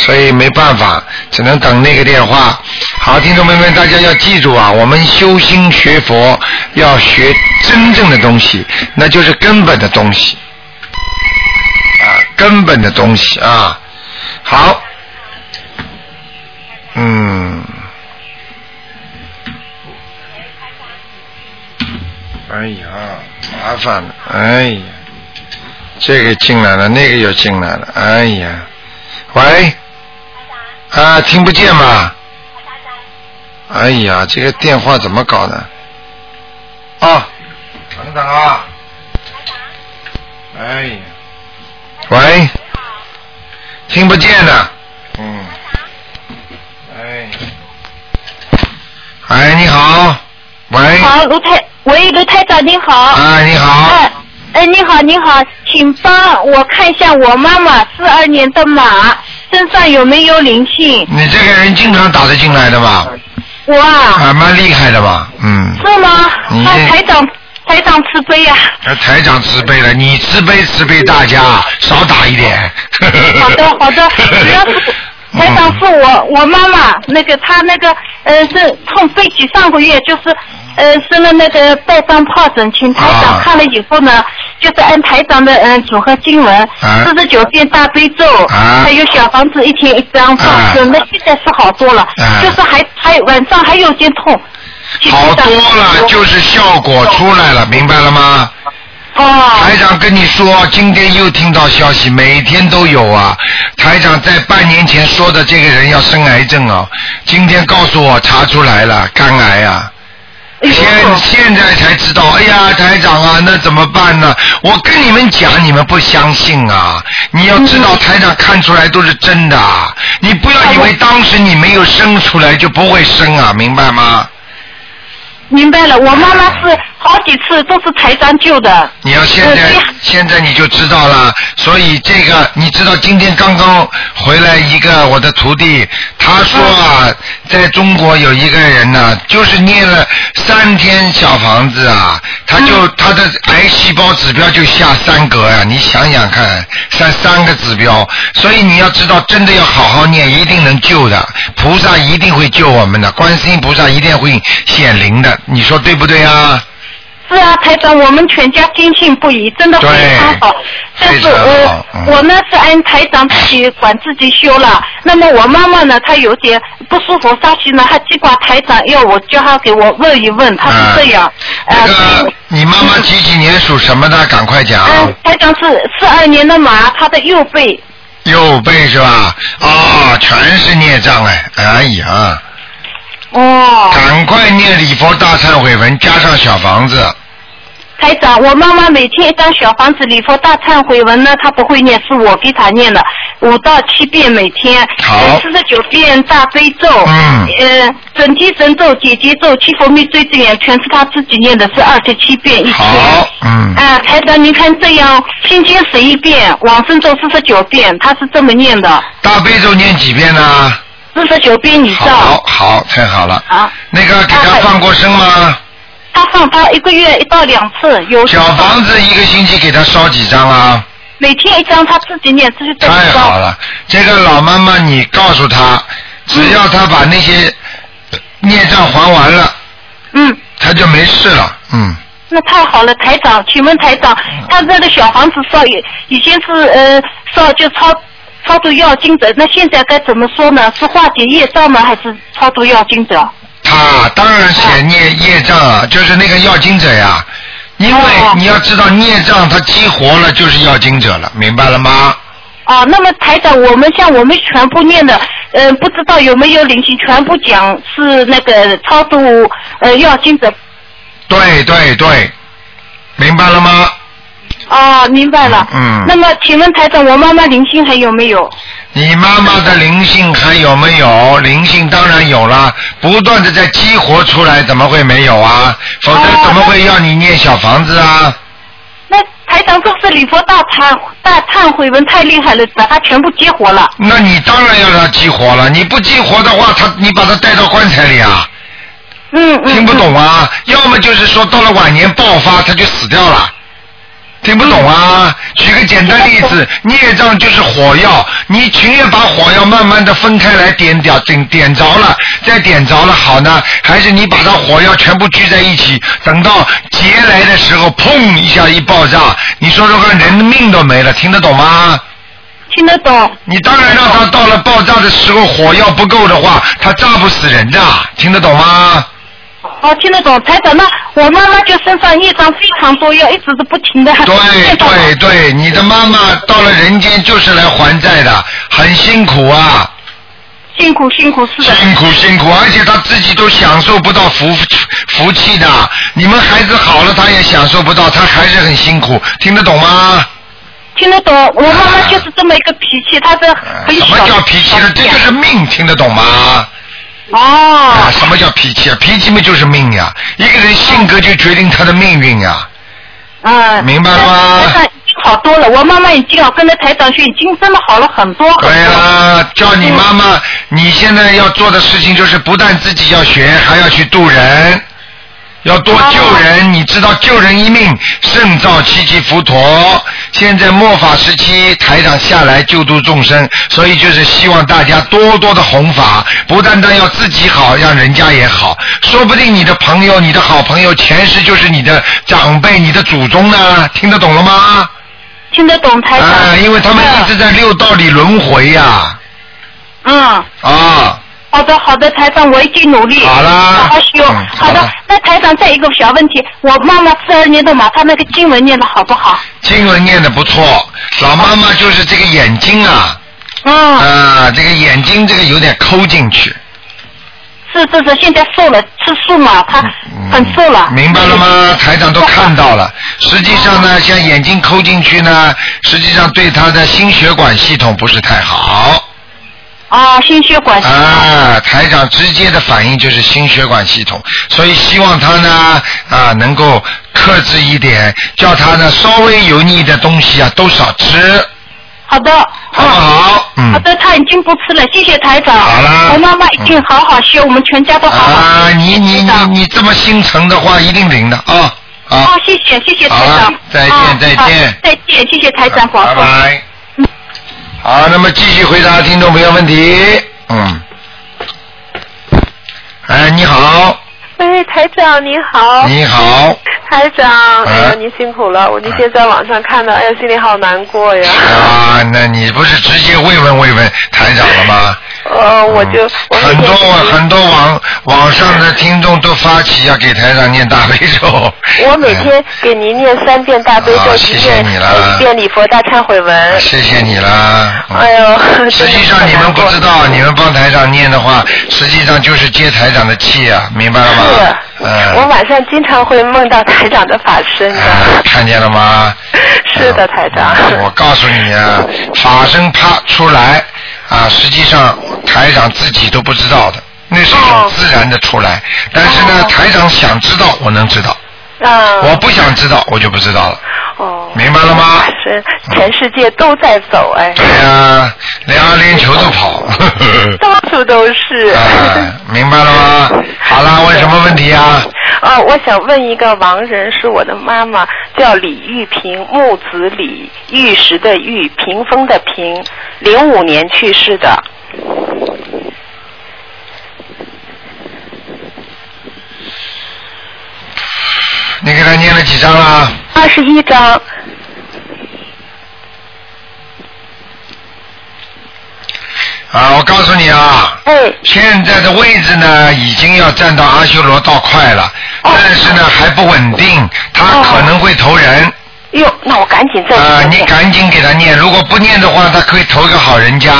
[SPEAKER 1] 所以没办法，只能等那个电话。好，听众朋友们，大家要记住啊，我们修心学佛要学真正的东西，那就是根本的东西啊，根本的东西啊，好。嗯，哎呀，麻烦了，哎呀，这个进来了，那个又进来了，哎呀，喂，啊，听不见吗？哎呀，这个电话怎么搞的？啊，等等啊，哎呀，喂，听不见呢，嗯。哎，哎，你好，喂。
[SPEAKER 4] 好，卢台，喂，卢台长，你好。
[SPEAKER 1] 哎啊，你好。
[SPEAKER 4] 哎，哎，你好，你好，请帮我看一下我妈妈四二年的马身上有没有灵性？
[SPEAKER 1] 你这个人经常打得进来的吧？
[SPEAKER 4] 我啊。
[SPEAKER 1] 啊，蛮厉害的吧？嗯。
[SPEAKER 4] 是吗？
[SPEAKER 1] 你
[SPEAKER 4] 那台长，台长慈悲呀、
[SPEAKER 1] 啊台长慈悲了，你慈悲慈悲大家，少打一点。
[SPEAKER 4] 好的，好 的，主要是。台长是我我妈妈，那个她那个呃是从飞机上个月就是呃生了那个带状疱疹，请台长
[SPEAKER 1] 嗯啊
[SPEAKER 4] 看了以后呢，就是按台长的嗯组合经文
[SPEAKER 1] 啊，
[SPEAKER 4] 四十九遍大悲咒，
[SPEAKER 1] 啊
[SPEAKER 4] 还有小房子一天一张
[SPEAKER 1] 啊
[SPEAKER 4] 放生，那现在是好多了
[SPEAKER 1] 啊，
[SPEAKER 4] 就是还还晚上还有点痛。
[SPEAKER 1] 嗯
[SPEAKER 4] 请
[SPEAKER 1] 好
[SPEAKER 4] 台长
[SPEAKER 1] 多了，就是效果出来了，明白了吗？
[SPEAKER 4] 哦
[SPEAKER 1] 台长跟你说，今天又听到消息，每天都有啊。台长在半年前说的这个人要生癌症哦，今天告诉我查出来了，肝癌啊。
[SPEAKER 4] 哎呦
[SPEAKER 1] 现现在才知道，哎呀，台长啊，那怎么办呢？我跟你们讲，你们不相信啊！你要知
[SPEAKER 4] 嗯
[SPEAKER 1] 道，台长看出来都是真的啊，你不要以为当时你没有生出来就不会生啊，明白吗？
[SPEAKER 4] 明白了，我妈妈是好几次都是台长救的。
[SPEAKER 1] 你要现
[SPEAKER 4] 呃
[SPEAKER 1] 在
[SPEAKER 4] 对呀
[SPEAKER 1] 现在你就知道了，所以这个你知道，今天刚刚回来一个我的徒弟，他说啊，在中国有一个人呢、就是念了三天小房子啊，他就、他的癌细胞指标就下三格呀、你想想看，三三个指标，所以你要知道，真的要好好念，一定能救的，菩萨一定会救我们的，观世音菩萨一定会显灵的，你说对不对啊？
[SPEAKER 4] 是啊，台长，我们全家坚信不疑，真的非常好
[SPEAKER 1] 对。
[SPEAKER 4] 但是
[SPEAKER 1] 非常
[SPEAKER 4] 我
[SPEAKER 1] 好、嗯
[SPEAKER 4] 我呢是按台长自己管自己修了。那么我妈妈呢，她有点不舒服，上去呢，她记挂台长要我叫她给我问一问，她是这样。
[SPEAKER 1] 嗯那
[SPEAKER 4] 呃
[SPEAKER 1] 个，啊你妈妈几几年属什么的？赶快讲。
[SPEAKER 4] 嗯，台长是四二年的马，她的右背。
[SPEAKER 1] 右背是吧？哦，全是孽障哎！哎呀，
[SPEAKER 4] 哦，
[SPEAKER 1] 赶快念礼佛大忏悔文，加上小房子。
[SPEAKER 4] 台长，我妈妈每天一张小房子礼佛大忏悔文呢，她不会念，是我给她念的，五到七遍每天，
[SPEAKER 1] 好
[SPEAKER 4] 四十九遍大悲咒，
[SPEAKER 1] 嗯
[SPEAKER 4] 呃，准提神咒、解结咒、七佛灭罪真言，全是她自己念的，是二十七遍一天。
[SPEAKER 1] 好，嗯，
[SPEAKER 4] 啊，台长，您看这样，心经十一遍，往生咒四十九遍，她是这么念的，
[SPEAKER 1] 大悲咒念几遍呢？
[SPEAKER 4] 四十九遍以上
[SPEAKER 1] 好。，好，太好了。
[SPEAKER 4] 啊，
[SPEAKER 1] 那个给他放过生吗？
[SPEAKER 4] 她放她一个月一到两次，有
[SPEAKER 1] 小房子一个星期给他烧几张啊？
[SPEAKER 4] 每天一张，她自己念，这是这么
[SPEAKER 1] 太
[SPEAKER 4] 高
[SPEAKER 1] 好了，这个老妈妈，你告诉她，只要她把那些孽障还完了，
[SPEAKER 4] 嗯。
[SPEAKER 1] 她就没事了。嗯。
[SPEAKER 4] 那太好了，台长，请问台长，他这个小房子烧以以前是呃烧就超超度要经者，那现在该怎么说呢？是化解业障呢，还是超度要经者？
[SPEAKER 1] 他当然写孽业障啊，就是那个要经者呀。因为
[SPEAKER 4] 哦
[SPEAKER 1] 你要知道，孽障它激活了就是要经者了，明白了吗？
[SPEAKER 4] 啊，那么台长，我们像我们全部念的，呃，不知道有没有灵性，全部讲是那个超度呃要经者。
[SPEAKER 1] 对对对，明白了吗？
[SPEAKER 4] 啊，明白了。
[SPEAKER 1] 嗯嗯
[SPEAKER 4] 那么，请问台长，我妈妈灵性还有没有？
[SPEAKER 1] 你妈妈的灵性还有没有？灵性当然有了，不断的在激活出来，怎么会没有啊？否则怎么会要你念小房子啊？
[SPEAKER 4] 那台长，这是礼佛大忏大忏悔文太厉害了，把它全部激活了。
[SPEAKER 1] 那你当然要让它激活了，你不激活的话，它你把它带到棺材里啊？
[SPEAKER 4] 嗯嗯。
[SPEAKER 1] 听不懂啊？要么就是说到了晚年爆发，它就死掉了。听不懂啊？举个简单例子，孽障就是火药，你情愿把火药慢慢的分开来点掉，点点着了，再点着了好呢，还是你把它火药全部聚在一起，等到劫来的时候，砰一下一爆炸，你说说看，人的命都没了，听得懂吗？
[SPEAKER 4] 听得懂。
[SPEAKER 1] 你当然让他到了爆炸的时候，火药不够的话，他炸不死人的，听得懂吗？
[SPEAKER 4] 哦，听得懂，台长。那我妈妈就身上业障非常多，要一直都不停的。
[SPEAKER 1] 对对对，你的妈妈到了人间就是来还债的，很辛苦啊，
[SPEAKER 4] 辛苦辛苦是的。
[SPEAKER 1] 辛苦辛苦，而且她自己都享受不到福福气的。你们孩子好了，她也享受不到，她还是很辛苦，听得懂吗？
[SPEAKER 4] 听得懂，我妈妈就是这么一个脾气，她是很
[SPEAKER 1] 啊什
[SPEAKER 4] 小。
[SPEAKER 1] 么叫脾气呢？这就是命，听得懂吗？
[SPEAKER 4] 哦。
[SPEAKER 1] 啊，什么叫脾气啊？脾气嘛就是命呀、一个人性格就决定他的命运呀、
[SPEAKER 4] 嗯。
[SPEAKER 1] 明白了吗
[SPEAKER 4] 台长已经好多了，我妈妈已经啊跟着台长学，已经真的好了很 多。
[SPEAKER 1] 对啊呀、叫你妈妈，你现在要做的事情就是不但自己要学，还要去度人，要多救人。你知道救人一命胜造七级浮屠。现在末法时期，台长下来救度众生，所以就是希望大家多多的弘法，不单单要自己好，让人家也好。说不定你的朋友、你的好朋友前世就是你的长辈、你的祖宗呢，听得懂了吗？
[SPEAKER 4] 听得懂台长。
[SPEAKER 1] 啊，因为他们一直在六道里轮回呀、
[SPEAKER 4] 嗯。
[SPEAKER 1] 啊，
[SPEAKER 4] 好的，好的，台长，我一定努力。
[SPEAKER 1] 好啦
[SPEAKER 4] 好好修。
[SPEAKER 1] 嗯
[SPEAKER 4] 哎好的
[SPEAKER 1] 好啦，
[SPEAKER 4] 那台长再一个小问题，我妈妈四二年的马，她那个经文念的好不好？
[SPEAKER 1] 经文念的不错，老妈妈就是这个眼睛啊，
[SPEAKER 4] 嗯，
[SPEAKER 1] 啊，这个眼睛这个有点抠进去，
[SPEAKER 4] 是是是，现在瘦了，吃素嘛，她很瘦了。
[SPEAKER 1] 嗯
[SPEAKER 4] 嗯
[SPEAKER 1] 明白了吗？台长都看到了。实际上呢，像眼睛抠进去呢，实际上对她的心血管系统不是太好。
[SPEAKER 4] 啊，心血管。
[SPEAKER 1] 啊，台长直接的反应就是心血管系统，所以希望他呢啊能够克制一点，叫他呢稍微油腻的东西啊都少吃，
[SPEAKER 4] 好的。
[SPEAKER 1] 好不好？嗯。
[SPEAKER 4] 好的，她已经不吃了，谢谢台长。
[SPEAKER 1] 好啦
[SPEAKER 4] 我妈妈已经好好修，我们全家都好好。
[SPEAKER 1] 啊，你你你你这么心诚的话，一定灵的啊！
[SPEAKER 4] 好
[SPEAKER 1] 好，，
[SPEAKER 4] 哦谢谢谢谢台
[SPEAKER 1] 好啦。
[SPEAKER 4] 长
[SPEAKER 1] 再见
[SPEAKER 4] 啊
[SPEAKER 1] 再见
[SPEAKER 4] 好再见，谢谢台长保
[SPEAKER 1] 拜
[SPEAKER 4] 重。
[SPEAKER 1] 拜。好，那么继续回答听众朋友问题。嗯。哎，你好，
[SPEAKER 6] 喂，哎台长你好。
[SPEAKER 1] 你好，
[SPEAKER 6] 台长，哎
[SPEAKER 1] 啊
[SPEAKER 6] 呀，您辛苦了。我那天在网上看到，哎呀，心里好难过呀。
[SPEAKER 1] 啊，那你不是直接慰问慰问台长了吗？嗯
[SPEAKER 6] 呃，我就我那
[SPEAKER 1] 很
[SPEAKER 6] 天
[SPEAKER 1] 多网很多网网上的听众都发起要给台长念大悲咒。
[SPEAKER 6] 我每天给您念三遍大悲
[SPEAKER 1] 啊
[SPEAKER 6] 咒，
[SPEAKER 1] 谢
[SPEAKER 6] 一
[SPEAKER 1] 谢
[SPEAKER 6] 遍
[SPEAKER 1] 你了
[SPEAKER 6] 一遍礼佛大忏悔
[SPEAKER 1] 哎
[SPEAKER 6] 文。
[SPEAKER 1] 谢谢你啦。嗯
[SPEAKER 6] 哎呦，
[SPEAKER 1] 实际上你们不知道，你们帮台长念的话，实际上就是接台长的气啊，明白了吗？
[SPEAKER 6] 是，我
[SPEAKER 1] 嗯。
[SPEAKER 6] 晚上经常会梦到台长的法身
[SPEAKER 1] 啊
[SPEAKER 6] 的。
[SPEAKER 1] 看见了吗？
[SPEAKER 6] 是的，台长。
[SPEAKER 1] 嗯我告诉你啊，法身啪出来啊，实际上台长自己都不知道的，那是一种自然的出来。但是呢，
[SPEAKER 6] 哦
[SPEAKER 1] 台长想知道，我能知道；
[SPEAKER 6] 啊。
[SPEAKER 1] 我不想知道，我就不知道了。
[SPEAKER 6] 哦。
[SPEAKER 1] 明白了吗？
[SPEAKER 6] 是，全世界都在走，哎。
[SPEAKER 1] 对呀、连阿联酋都跑。
[SPEAKER 6] 到处都是。
[SPEAKER 1] 啊，明白了 吗？好啦，问什么问题啊？
[SPEAKER 6] 啊，嗯我想问一个亡人，是我的妈妈，叫李玉萍，木子李，玉石的玉，屏风的屏，零五年去世的。
[SPEAKER 1] 你给他念了几张啊啦？
[SPEAKER 6] 二十一张，
[SPEAKER 1] 啊，我告诉你啊，
[SPEAKER 6] 哎，
[SPEAKER 1] 现在的位置呢，已经要站到阿修罗道快了，
[SPEAKER 6] 哦
[SPEAKER 1] 但是呢还不稳定，他可能会投人。
[SPEAKER 6] 哟，那我赶紧再
[SPEAKER 1] 啊，
[SPEAKER 6] 念
[SPEAKER 1] 你
[SPEAKER 6] 念
[SPEAKER 1] 赶紧给他念，如果不念的话，他可以投一个好人家，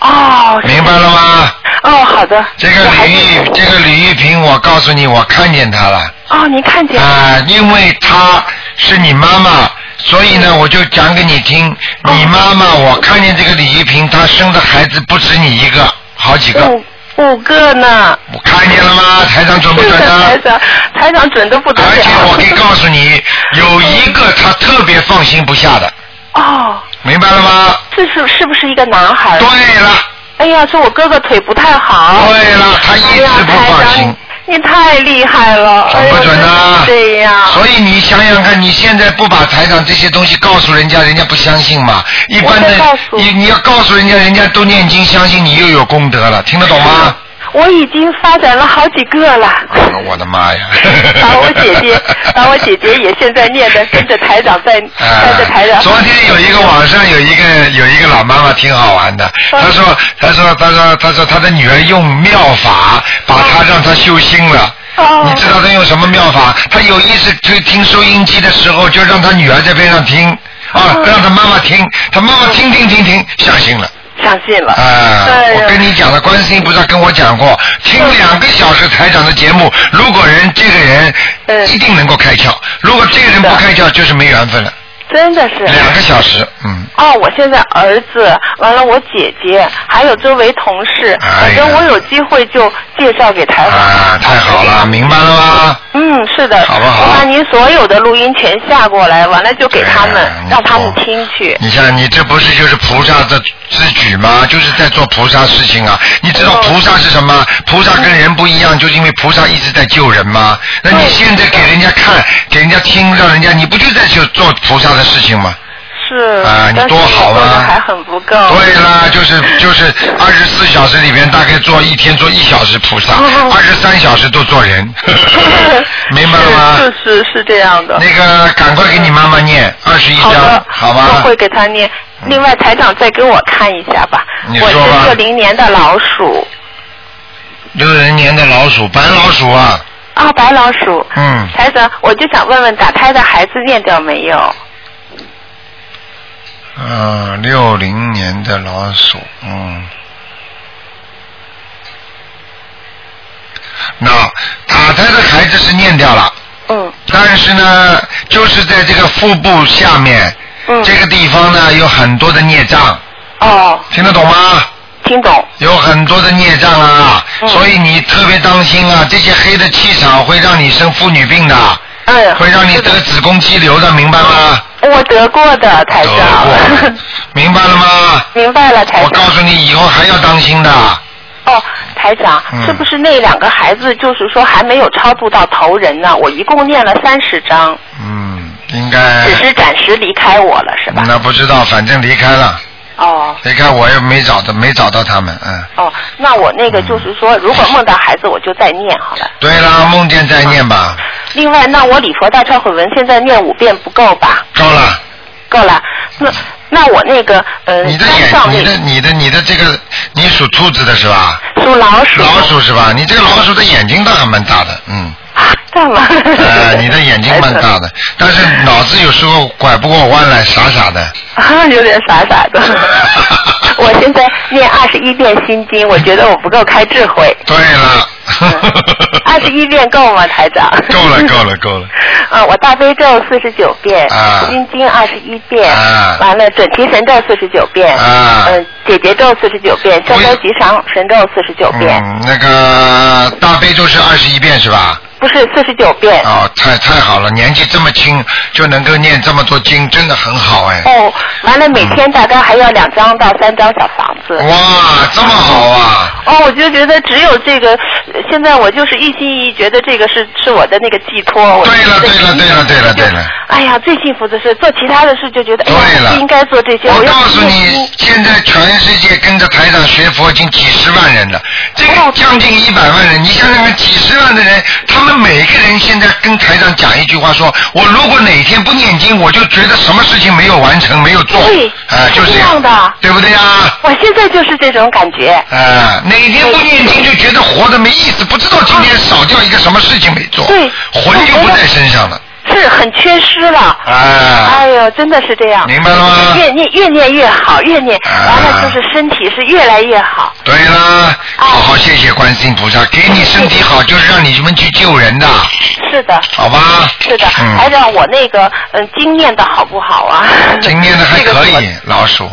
[SPEAKER 6] 哦，
[SPEAKER 1] 明白了吗？
[SPEAKER 6] 哦，好的，
[SPEAKER 1] 这个
[SPEAKER 6] 我还
[SPEAKER 1] 吕玉，这个吕玉萍，我告诉你，我看见他了。啊
[SPEAKER 6] 哦，您看见了，
[SPEAKER 1] 啊、因为她是你妈妈，所以
[SPEAKER 6] 嗯
[SPEAKER 1] 呢，我就讲给你听，
[SPEAKER 6] 哦
[SPEAKER 1] 你妈妈，我看见这个李一平，她生的孩子不止你一个，好几个。
[SPEAKER 6] 五五个呢。
[SPEAKER 1] 我看见了吗？台长准不
[SPEAKER 6] 是
[SPEAKER 1] 准
[SPEAKER 6] 的，
[SPEAKER 1] 呢？
[SPEAKER 6] 台长，台长准啊嗯的不得了。
[SPEAKER 1] 而且我可以告诉 你，有一个他特别放心不下的，
[SPEAKER 6] 哦，
[SPEAKER 1] 明白了吗？
[SPEAKER 6] 这是是不是一个男孩？
[SPEAKER 1] 对了，
[SPEAKER 6] 哎呀，说我哥哥腿不太好。
[SPEAKER 1] 对了，他一
[SPEAKER 6] 哎
[SPEAKER 1] 直
[SPEAKER 6] 呀，
[SPEAKER 1] 不
[SPEAKER 6] 台
[SPEAKER 1] 放
[SPEAKER 6] 长
[SPEAKER 1] 心，，
[SPEAKER 6] 你太厉害了。
[SPEAKER 1] 准
[SPEAKER 6] 哎
[SPEAKER 1] 不
[SPEAKER 6] 呀
[SPEAKER 1] 准呢？
[SPEAKER 6] 对呀。
[SPEAKER 1] 所以你想想看，你现在不把台长这些东西告诉人家，人家不相信嘛？一般的
[SPEAKER 6] 我会告，诉
[SPEAKER 1] 你你要告诉人家，人家都念经相信你，又有功德了，听得懂吗？
[SPEAKER 6] 我已经发展了好几个了。
[SPEAKER 1] 哎呦我的妈呀！
[SPEAKER 6] 嗯把我姐 姐，把我姐姐也现在念的，跟着台长在，跟着台长。
[SPEAKER 1] 啊昨天有一个网上有一个有一个老妈妈挺好玩的，
[SPEAKER 6] 嗯
[SPEAKER 1] 她说她说她说她说她的女儿用妙法把她让她修心了。
[SPEAKER 6] 哦
[SPEAKER 1] 你知道她用什么妙法？她有意识去听收音机的时候，就让她女儿在边上听啊，
[SPEAKER 6] 嗯
[SPEAKER 1] 让她妈妈听，她妈妈听听听听，相信了。
[SPEAKER 6] 相信了。
[SPEAKER 1] 啊、
[SPEAKER 6] 哎嗯呀
[SPEAKER 1] 我跟你讲了，观世音菩萨跟我讲过，听两个小时台长的节目，如果人这个人
[SPEAKER 6] 嗯
[SPEAKER 1] 一定能够开窍，如果这个人不开窍，就是没缘分了。
[SPEAKER 6] 真的是。
[SPEAKER 1] 两个小时，嗯，
[SPEAKER 6] 哦，我现在儿子，完了我姐姐，还有周围同事，
[SPEAKER 1] 哎呀
[SPEAKER 6] 反正我有机会就介绍给台湾。
[SPEAKER 1] 啊，太好了，明白了吗？
[SPEAKER 6] 嗯，是的，
[SPEAKER 1] 好不好
[SPEAKER 6] 我把您所有的录音全下过来，完了就给他们，
[SPEAKER 1] 哎呀
[SPEAKER 6] 让他们听去。
[SPEAKER 1] 你像你这不是就是菩萨的之举吗？就是在做菩萨事情啊！你知道菩萨是什么？菩萨跟人不一样，就是因为菩萨一直在救人吗？那你现在给人家看，给人家听，让人家你不就在就做菩萨的事情吗？
[SPEAKER 6] 是
[SPEAKER 1] 啊你多好啊
[SPEAKER 6] 但是我做的还很不够。
[SPEAKER 1] 对啦， 就是就是二十四小时里边大概做一天做一小时菩萨，二十三小时都做人，明白了吗？
[SPEAKER 6] 是是是是这样 的。
[SPEAKER 1] 那个赶快给你妈妈念二十一
[SPEAKER 6] 好
[SPEAKER 1] 章
[SPEAKER 6] 的，，
[SPEAKER 1] 好
[SPEAKER 6] 我
[SPEAKER 1] 吧？嗯
[SPEAKER 6] 会给他念。另外，台长再给我看一下吧。
[SPEAKER 1] 你
[SPEAKER 6] 我
[SPEAKER 1] 说吧
[SPEAKER 6] 是六零年的老鼠
[SPEAKER 1] 六零年的老鼠，白老鼠啊，
[SPEAKER 6] 啊，白老鼠。
[SPEAKER 1] 嗯，
[SPEAKER 6] 台长，我就想问问打胎的孩子念掉没有？
[SPEAKER 1] 呃，六零年的老鼠，嗯。那打胎的孩子是念掉了，
[SPEAKER 6] 嗯
[SPEAKER 1] 但是呢，就是在这个腹部下面、
[SPEAKER 6] 嗯。
[SPEAKER 1] 这个地方呢，有很多的孽障，
[SPEAKER 6] 哦，
[SPEAKER 1] 听得懂吗？
[SPEAKER 6] 听懂。
[SPEAKER 1] 有很多的孽障啊，
[SPEAKER 6] 嗯
[SPEAKER 1] 所以你特别当心啊，这些黑的气场会让你生妇女病的，
[SPEAKER 6] 嗯。
[SPEAKER 1] 会让你得子宫肌瘤的，明白吗？
[SPEAKER 6] 我得过的台
[SPEAKER 1] 得过
[SPEAKER 6] 长。，
[SPEAKER 1] 明白了吗？
[SPEAKER 6] 明白了，台
[SPEAKER 1] 我告
[SPEAKER 6] 长。
[SPEAKER 1] 诉你，以后还要当心的。
[SPEAKER 6] 哦，台长
[SPEAKER 1] 嗯，
[SPEAKER 6] 是不是那两个孩子就是说还没有超度到头人呢？我一共念了三十章，
[SPEAKER 1] 嗯，应该嗯
[SPEAKER 6] 只是暂时离开我了，是吧？
[SPEAKER 1] 那不知道，反正离开了，
[SPEAKER 6] 哦。
[SPEAKER 1] 离开我又没找到，没找到他们，嗯。
[SPEAKER 6] 哦，那我那个就是说，如果梦到孩子，我就再念好了。
[SPEAKER 1] 对啦，梦见再念吧，
[SPEAKER 6] 另外，那我礼佛大忏悔文现在念五遍不够吧？
[SPEAKER 1] 够了。
[SPEAKER 6] 够了。那那我那个呃，
[SPEAKER 1] 你的
[SPEAKER 6] 山
[SPEAKER 1] 眼，
[SPEAKER 6] 上
[SPEAKER 1] 你
[SPEAKER 6] 那
[SPEAKER 1] 的你的你的这个，你属兔子的是吧？
[SPEAKER 6] 属老鼠。
[SPEAKER 1] 老鼠是吧？你这个老鼠的眼睛倒还蛮大的， 嗯，
[SPEAKER 6] 啊，干嘛？
[SPEAKER 1] 呃，你的 眼睛蛮大的，但是脑子有时候拐不过弯来，傻傻的。
[SPEAKER 6] 啊， 有点傻傻 的。我现在念二十一遍心经，我觉得我不够开智慧。
[SPEAKER 1] 对了，
[SPEAKER 6] 嗯 二十一遍够吗，台长？
[SPEAKER 1] 够了，够了，够了。
[SPEAKER 6] 啊，我大悲咒四十九遍，
[SPEAKER 1] 啊
[SPEAKER 6] 心经二十一遍，
[SPEAKER 1] 啊
[SPEAKER 6] 完了准提神咒四十九遍，
[SPEAKER 1] 啊
[SPEAKER 6] 嗯、解结咒四十九遍，消灾吉祥神咒四十九遍，
[SPEAKER 1] 嗯，那个大悲咒是二十一遍是吧？
[SPEAKER 6] 不是四十九遍。
[SPEAKER 1] 哦，太太好了，年纪这么轻就能够念这么多经，真的很好哎。
[SPEAKER 6] 哦，完了，每天大概还要两张到三张小房子。
[SPEAKER 1] 哇，这么好啊！
[SPEAKER 6] 哦，我就觉得只有这个，呃现在我就是一心一意觉得这个是是我的那个寄托。我
[SPEAKER 1] 对了
[SPEAKER 6] 就觉得
[SPEAKER 1] 对了对了对了
[SPEAKER 6] 就
[SPEAKER 1] 对了
[SPEAKER 6] 哎呀，最幸福的是做其他的事就觉得哎
[SPEAKER 1] 对
[SPEAKER 6] 呀
[SPEAKER 1] 了
[SPEAKER 6] 不应该做这些，
[SPEAKER 1] 我
[SPEAKER 6] 要
[SPEAKER 1] 告诉
[SPEAKER 6] 念
[SPEAKER 1] 你
[SPEAKER 6] 经，
[SPEAKER 1] 现在全世界跟着台长学佛已经几十万人了，这个将近一百万人，你想想看，几十万的人，他们每个人现在跟台长讲一句话说，我如果哪天不念经，我就觉得什么事情没有完成，没有做，
[SPEAKER 6] 对
[SPEAKER 1] 啊、就是这
[SPEAKER 6] 是这样的
[SPEAKER 1] 对不对呀、
[SPEAKER 6] 我现在就是这种感觉。
[SPEAKER 1] 啊，哪天不念经就觉得活着没意思，不知道今天少掉一个什么事情没做，
[SPEAKER 6] 啊对
[SPEAKER 1] 魂就不在身上了。
[SPEAKER 6] 是是很缺失了。
[SPEAKER 1] 哎，
[SPEAKER 6] 哎呦，真的是这样。
[SPEAKER 1] 明白了吗
[SPEAKER 6] 越念越念越好，越念完了
[SPEAKER 1] 啊
[SPEAKER 6] 就是身体是越来越好。
[SPEAKER 1] 对啦，
[SPEAKER 6] 哎
[SPEAKER 1] 好好谢谢观世音菩萨，给你身体好就是让你们去救人的，
[SPEAKER 6] 是的，
[SPEAKER 1] 好吧？
[SPEAKER 6] 是的。
[SPEAKER 1] 嗯
[SPEAKER 6] 还让我那个嗯经念的好不好啊？
[SPEAKER 1] 今天的还
[SPEAKER 6] 这个
[SPEAKER 1] 可
[SPEAKER 6] 是我
[SPEAKER 1] 以，老鼠